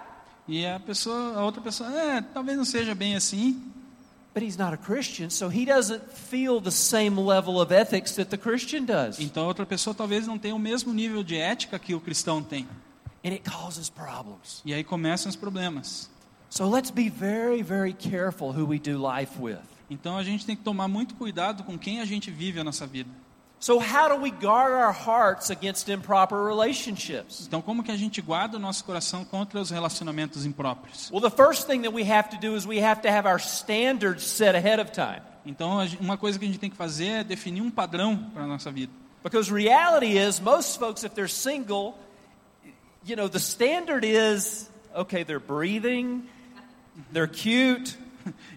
e a pessoa, a outra pessoa, é, talvez não seja bem assim,
but he's not a Christian, so he doesn't feel the same level of ethics that the Christian does.
então a outra pessoa talvez não tenha o mesmo nível de ética que o cristão tem.
And it causes problems.
E aí começam os problemas.
So let's be very, very careful who we do life with.
Então a gente tem que tomar muito cuidado com quem a gente vive a nossa vida.
So, how do we guard our hearts against improper relationships?
Então como que a gente guarda o nosso coração contra os relacionamentos impróprios?
Well, the first thing that we have to do is we have to have our standards set ahead of time.
Então a gen- uma coisa que a gente tem que fazer é definir um padrão para a nossa vida.
Because reality is, most folks, if they're single, you know, the standard is okay, they're breathing, they're cute,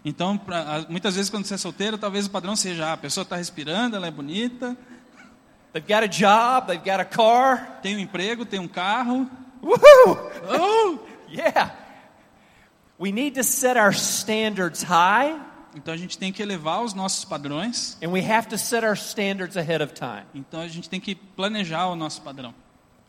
Então, pra- a- muitas vezes quando você é solteiro, talvez o padrão seja ah, a pessoa está respirando, ela é bonita,
they've got a job, they've got a car.
tem um emprego, tem um carro.
Woohoo!
Oh!
Yeah. We need to set our standards high,
Então a gente tem que elevar os nossos padrões.
and we have to set our standards ahead of time.
Então a gente tem que planejar o nosso padrão.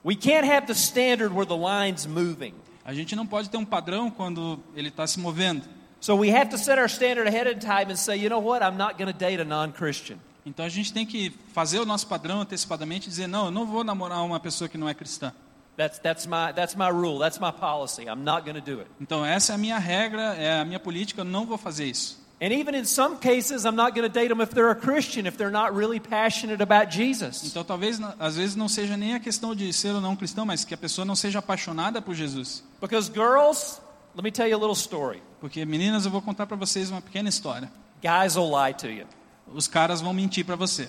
We can't have the standard where the line's moving.
A gente não pode ter um padrão quando ele está se movendo.
So we have to set our standard ahead of time and say, you know what, I'm not going to date a non Christian.
Então a gente tem que fazer o nosso padrão antecipadamente e dizer não, eu não vou namorar uma pessoa que não é cristã.
That's, that's, my, that's my rule, that's my policy. I'm not going to do it.
Então essa é a minha regra, é a minha política, eu não vou fazer isso.
And even in some cases, I'm not going to date them if they're a Christian, if they're not really passionate about Jesus.
Então talvez na- às vezes não seja nem a questão de ser ou não cristão, mas que a pessoa não seja apaixonada por Jesus.
Because, girls, let me tell you a little story.
Porque meninas, eu vou contar para vocês uma pequena história.
Guys will lie to you.
Os caras vão mentir para você.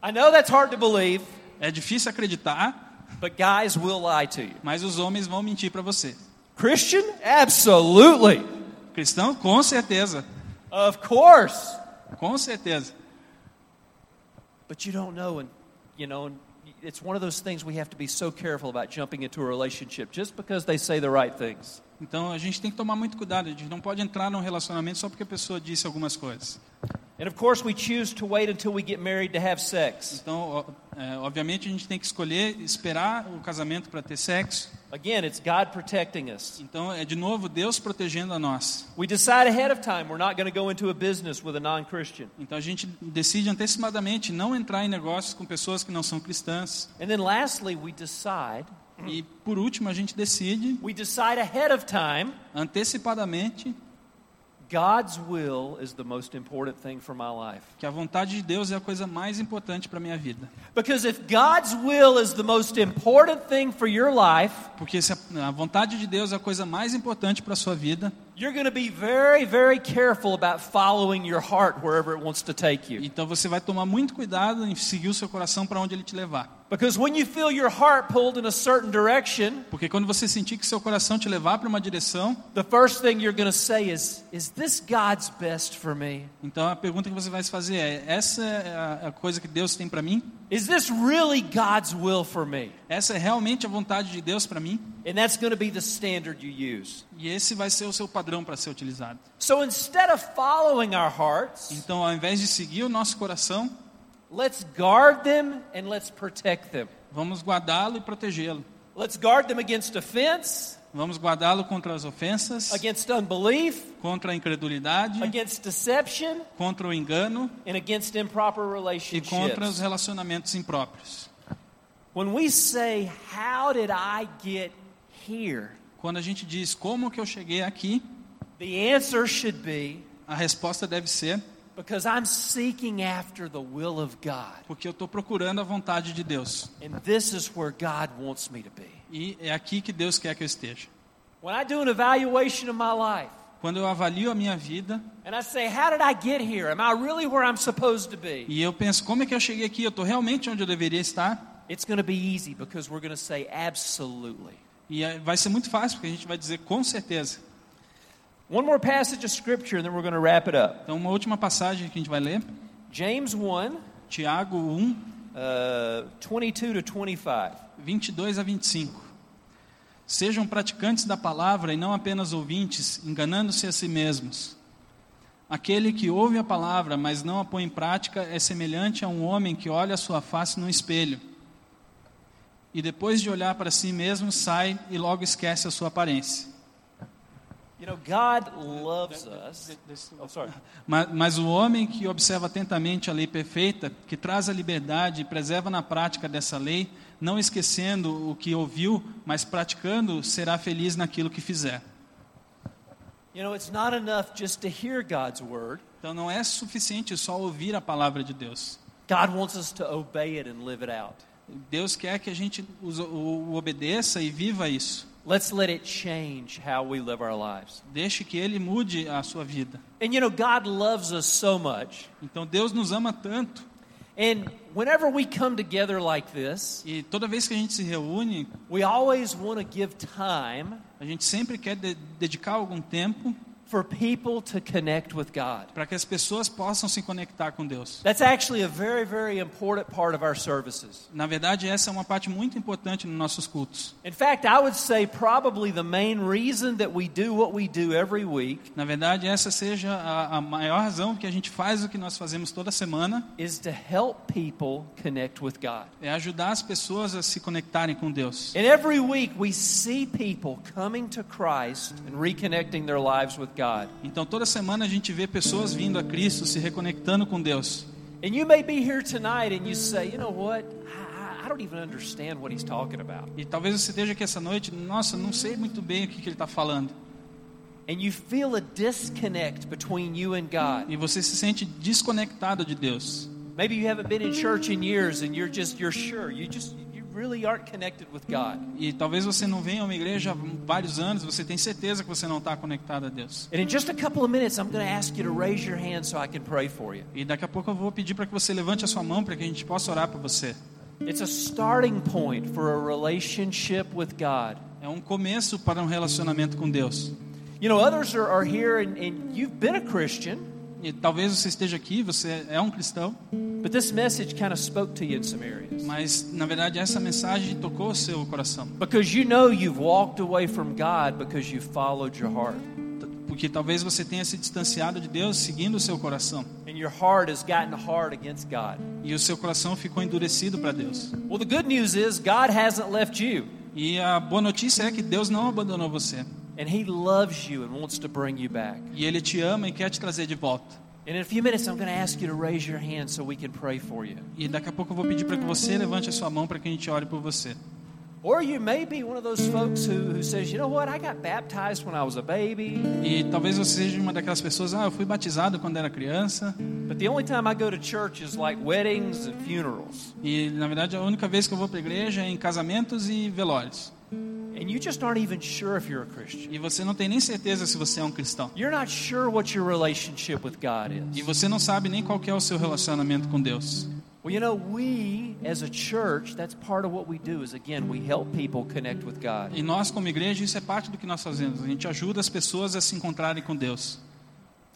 I know that's hard to believe,
É difícil acreditar,
but guys will lie to you.
mas os homens vão mentir para você.
Christian? Absolutely.
Cristão, com certeza,
Of course.
com certeza.
but you don't know. And, you know, and it's one of those things we have to be so careful about jumping into a relationship just because they say the right things.
Então a gente tem que tomar muito cuidado, a gente não pode entrar num relacionamento só porque a pessoa disse algumas coisas.
And of course, we choose to wait until we get married to have sex.
Então, ó, é, obviamente, a gente tem que escolher esperar o casamento para ter sexo.
Again, it's God protecting us.
Então, é de novo Deus protegendo a nós.
We decide ahead of time we're not going to go into a business with a non Christian.
Então, a gente decide antecipadamente não entrar em negócios com pessoas que não são cristãs.
And then lastly, we decide,
E, por último, a gente decide
we decide ahead of time
antecipadamente
God's will is the most important thing for my life.
que a vontade de Deus é a coisa mais importante para a minha vida.
Because if God's will is the most important thing for your life,
Porque se a, a vontade de Deus é a coisa mais importante para a sua vida,
you're going to be very, very careful about following your heart wherever it wants to take you.
então você vai tomar muito cuidado em seguir o seu coração para onde ele te levar.
Because when you feel your heart pulled in a certain direction,
Porque quando você sentir que seu coração te levar para uma direção,
the first thing you're going to say is, Is this God's best for me?
Então a pergunta que você vai se fazer é: essa é a- a coisa que Deus tem para mim?
Is this really God's will for me?
Essa é realmente a vontade de Deus para mim?
And that's going to be the standard you use.
E esse vai ser o seu padrão para ser utilizado.
So instead of following our hearts,
Então, ao invés de seguir o nosso coração,
let's guard them and let's protect them.
vamos guardá-lo e protegê-lo.
Let's guard them against offense,
Vamos guardá-lo contra as ofensas,
against unbelief,
contra a incredulidade,
against deception,
contra o engano
and against improper
e contra os
relationships.
relacionamentos impróprios.
When we say, How did I get here?
Quando a gente diz como que eu cheguei aqui,
the answer should be
a resposta deve ser
because I'm seeking after the will of God.
porque eu estou procurando a vontade de Deus.
And this is where God wants me to be.
E é aqui que Deus quer que eu esteja.
When I do an evaluation of my life
Quando eu avalio a minha vida
and I say, How did I get here? Am I really where I'm supposed to be?
e eu penso, como é que eu cheguei aqui? Eu estou realmente onde eu deveria estar?
It's going to be easy because we're going to say, Absolutely.
E eh, vai ser muito fácil, porque a gente vai dizer com certeza.
One more passage of scripture and then we're going to wrap it up.
Então, uma última passagem que a gente vai ler,
James 1
Tiago 1,
uh, 22 to 25.
22 a 25. Sejam praticantes da palavra e não apenas ouvintes, enganando-se a si mesmos. Aquele que ouve a palavra, mas não a põe em prática, é semelhante a um homem que olha a sua face no espelho. E depois de olhar para si mesmo, sai e logo esquece a sua aparência.
You know, God loves us. Oh, sorry.
Mas, mas o homem que observa atentamente a lei perfeita, que traz a liberdade e preserva na prática dessa lei, não esquecendo o que ouviu, mas praticando, será feliz naquilo que fizer.
You know, it's not enough just to hear God's word.
Então não é suficiente só ouvir a palavra de Deus.
God wants us to obey it and live it out.
Deus quer que a gente os- o o obedeça e viva isso.
Let's let it change how we live our lives.
Deixe que ele mude a sua vida.
And you know, God loves us so much.
Então Deus nos ama tanto
And whenever we come together like this,
e toda vez que a gente se reúne,
we always want to give time
a gente sempre quer de- dedicar algum tempo
for people to connect with God.
para que as pessoas possam se conectar com Deus.
That's actually a very, very important part of our services.
Na verdade, essa é uma parte muito importante nos nossos cultos.
In fact, I would say probably the main reason that we do what we do every week
Na verdade, essa seja a, a maior razão que a gente faz o que nós fazemos toda semana,
is to help people connect with God.
é ajudar as pessoas a se conectarem com Deus.
And every week we see people coming to Christ and reconnecting their lives with God.
Então, toda semana a gente vê pessoas vindo a Cristo, se reconectando com Deus.
And you may be here tonight and you say, you know what? I, I- I don't even understand what he's talking about.
E talvez você esteja aqui essa noite, nossa, não sei muito bem o que, que ele está falando.
And you feel a disconnect between you and God.
E você se sente desconectado de Deus.
Maybe you haven't been in church in years and you're just, you're sure, you just, you really aren't connected with God.
E talvez você não venha a uma igreja há vários anos, você tem certeza que você não está conectado a Deus.
And in just a couple of minutes, I'm going to ask you to raise your hand so I can pray for you.
E daqui a pouco eu vou pedir para que você levante a sua mão para que a gente possa orar por você.
It's a starting point for a relationship with God.
É um começo para um relacionamento com Deus.
You know, others are, are here and, and you've been a Christian,
E talvez você esteja aqui, você é um cristão,
But this message kind of spoke to you in some areas.
mas na verdade essa mensagem tocou o seu coração,
Because you know you've walked away from God because you followed your heart.
T- porque talvez você tenha se distanciado de Deus seguindo o seu coração
And your heart has gotten hard against God.
e o seu coração ficou endurecido para Deus.
Well, the good news is God hasn't left you.
E a boa notícia é que Deus não abandonou você
And He loves you and wants to bring you back.
e Ele te ama e quer te trazer de volta.
And in a few minutes, I'm going to ask you to raise your hand so we can pray for you.
E daqui a pouco eu vou pedir para que você levante a sua mão para que a gente ore por você.
Or you may be one of those folks who, who says, you know what, I got baptized when I was a baby,
E talvez você seja uma daquelas pessoas, ah, eu fui batizado quando era criança,
but the only time I go to church is like weddings and funerals.
e na verdade a única vez que eu vou para igreja é em casamentos e velórios.
And you just aren't even sure if you're a Christian.
E você não tem nem certeza se você é um cristão.
You're not sure what your relationship with God is.
E você não sabe nem qual que é o seu relacionamento com Deus.
Well, you know, we as a church, that's part of what we do is again, we help people connect with God.
E nós como igreja, isso é parte do que nós fazemos. A gente ajuda as pessoas a se encontrarem com Deus.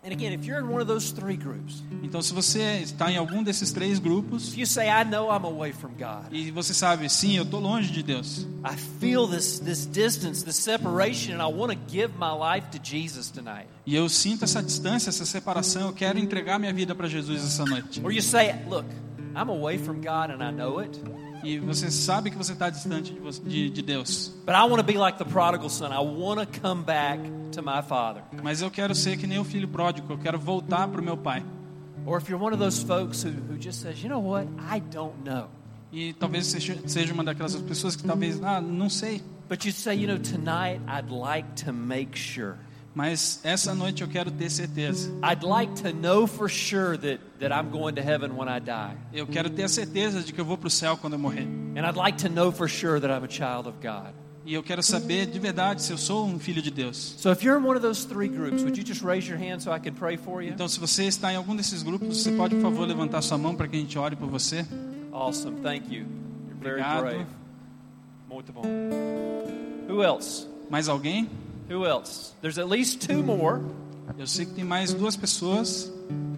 And again, if you're in one of those three groups,
Então se você está em algum desses três grupos
if you say, I know I'm away from God,
e você sabe, sim, eu estou longe de Deus.
I feel this, this distance, this separation, and I want to give my life to Jesus tonight.
E eu sinto essa distância, essa separação, eu quero entregar minha vida para Jesus essa noite.
Or you say, Look, I'm away from God and I know it,
E você sabe que você está distante de, você- de- de Deus.
but I want to be like the prodigal son. I want to come back to my father.
Mas eu quero ser que nem o filho pródigo, eu quero voltar para o meu pai.
Or if you're one of those folks who, who just says, You know what? I don't know.
E talvez seja seja uma daquelas pessoas que talvez, ah, não sei.
But you say, You know, tonight I'd like to make sure.
Mas essa noite eu quero ter certeza.
I'd like to know for sure that, that I'm going to heaven when I die.
Eu quero ter a certeza de que eu vou para o céu quando eu morrer.
And I'd like to know for sure that I'm a child of God.
E eu quero saber de verdade se eu sou um filho de Deus.
So if you're in one of those three groups, would you just raise your hand so I can pray for you?
Então, se você está em algum desses grupos, você pode, por favor, levantar sua mão para que a gente ore por você.
Awesome. Thank you. You're very
Obrigado.
brave. Muito bom. Who else?
Mais alguém?
Who else? There's at least two more.
Eu sei que tem mais duas pessoas.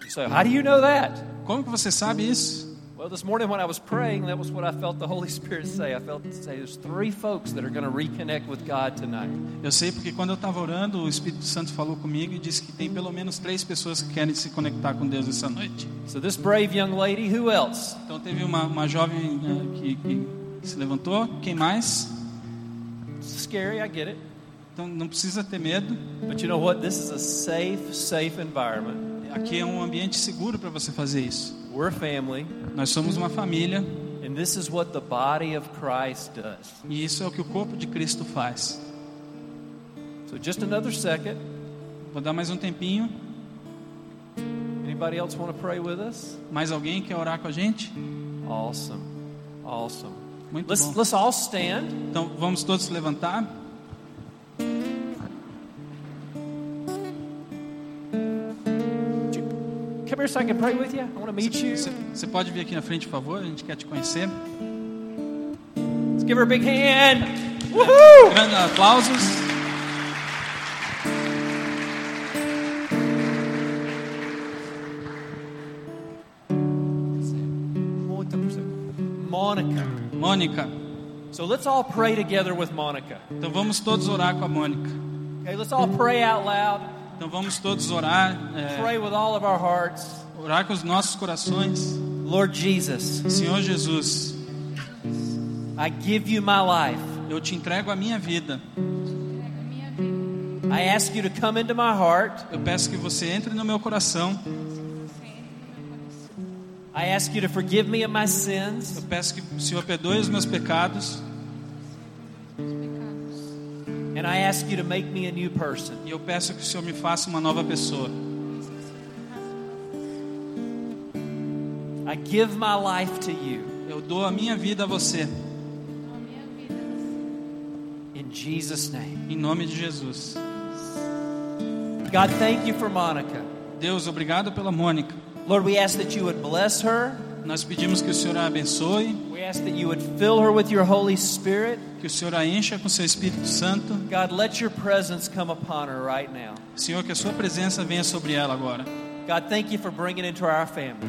So how do you know that?
Como que você sabe isso?
Well, this morning when I was praying, that was what I felt the Holy Spirit say. I felt say there's three folks that are going to reconnect with God tonight.
Eu sei porque quando eu estava orando, o Espírito Santo falou comigo e disse que tem pelo menos três pessoas que querem se conectar com Deus essa noite.
So this brave young lady, who else?
Então teve uma, uma jovem né, que, que se levantou. Quem mais?
It's scary, I get it.
Então não precisa ter medo.
But you know what? This is a safe, safe environment.
Aqui é um ambiente seguro para você fazer isso.
We're a family,
Nós somos uma família
and this is what the body of Christ does.
e isso é o que o corpo de Cristo faz.
So just another second.
Vou dar mais um tempinho.
Anybody else want to pray with us?
Mais alguém quer orar com a gente?
Awesome. Awesome.
Muito
Let's
bom.
let's all stand.
Então vamos todos se levantar.
Come here so I can pray with you. I want to meet you.
Você, você pode vir aqui na frente, por favor. A gente quer te conhecer.
Let's give her a big hand. Woohoo!
Grandes aplausos.
Monica.
Mônica.
So let's all pray together with Monica.
Então vamos todos orar com a Mônica.
Okay, let's all pray out loud.
Então vamos todos orar, é,
Pray with all of our hearts.
orar com os nossos corações.
Lord Jesus,
Senhor Jesus,
I give you my life.
eu te entrego a minha vida.
I ask you to come into my heart.
Eu peço que você entre no meu coração.
I ask you to forgive me of my sins.
Eu peço que o Senhor perdoe os meus pecados
And I ask you to make me a new person.
e eu peço que o Senhor me faça uma nova pessoa.
I give my life to you.
Eu dou a minha vida a você,
In Jesus' name.
em nome de Jesus.
God, thank you for Monica.
Deus, obrigado pela Mônica.
Lord, we ask that you would bless her.
Nós pedimos que o Senhor a abençoe,
We ask that you would fill her with your Holy Spirit.
que o Senhor a encha com seu Espírito Santo.
God, let your presence come upon her right now.
Senhor, que a sua presença venha sobre ela agora.
God, thank you for bringing it into our family.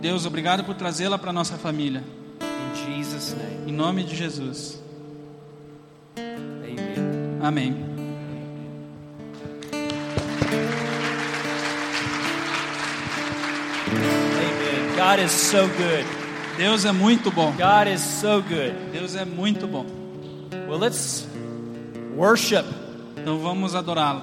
Deus, obrigado por trazê-la para nossa família.
In Jesus' name,
Em nome de Jesus.
amen.
Amém.
Amen. God is so good.
Deus é muito bom.
God is so good.
Deus é muito bom.
Well, let's worship.
Então vamos adorá-lo.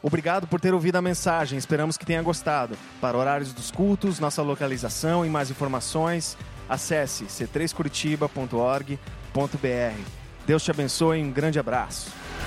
Obrigado por ter ouvido a mensagem, esperamos que tenha gostado. Para horários dos cultos, nossa localização e mais informações, acesse c3curitiba.org.br. Deus te abençoe e um grande abraço.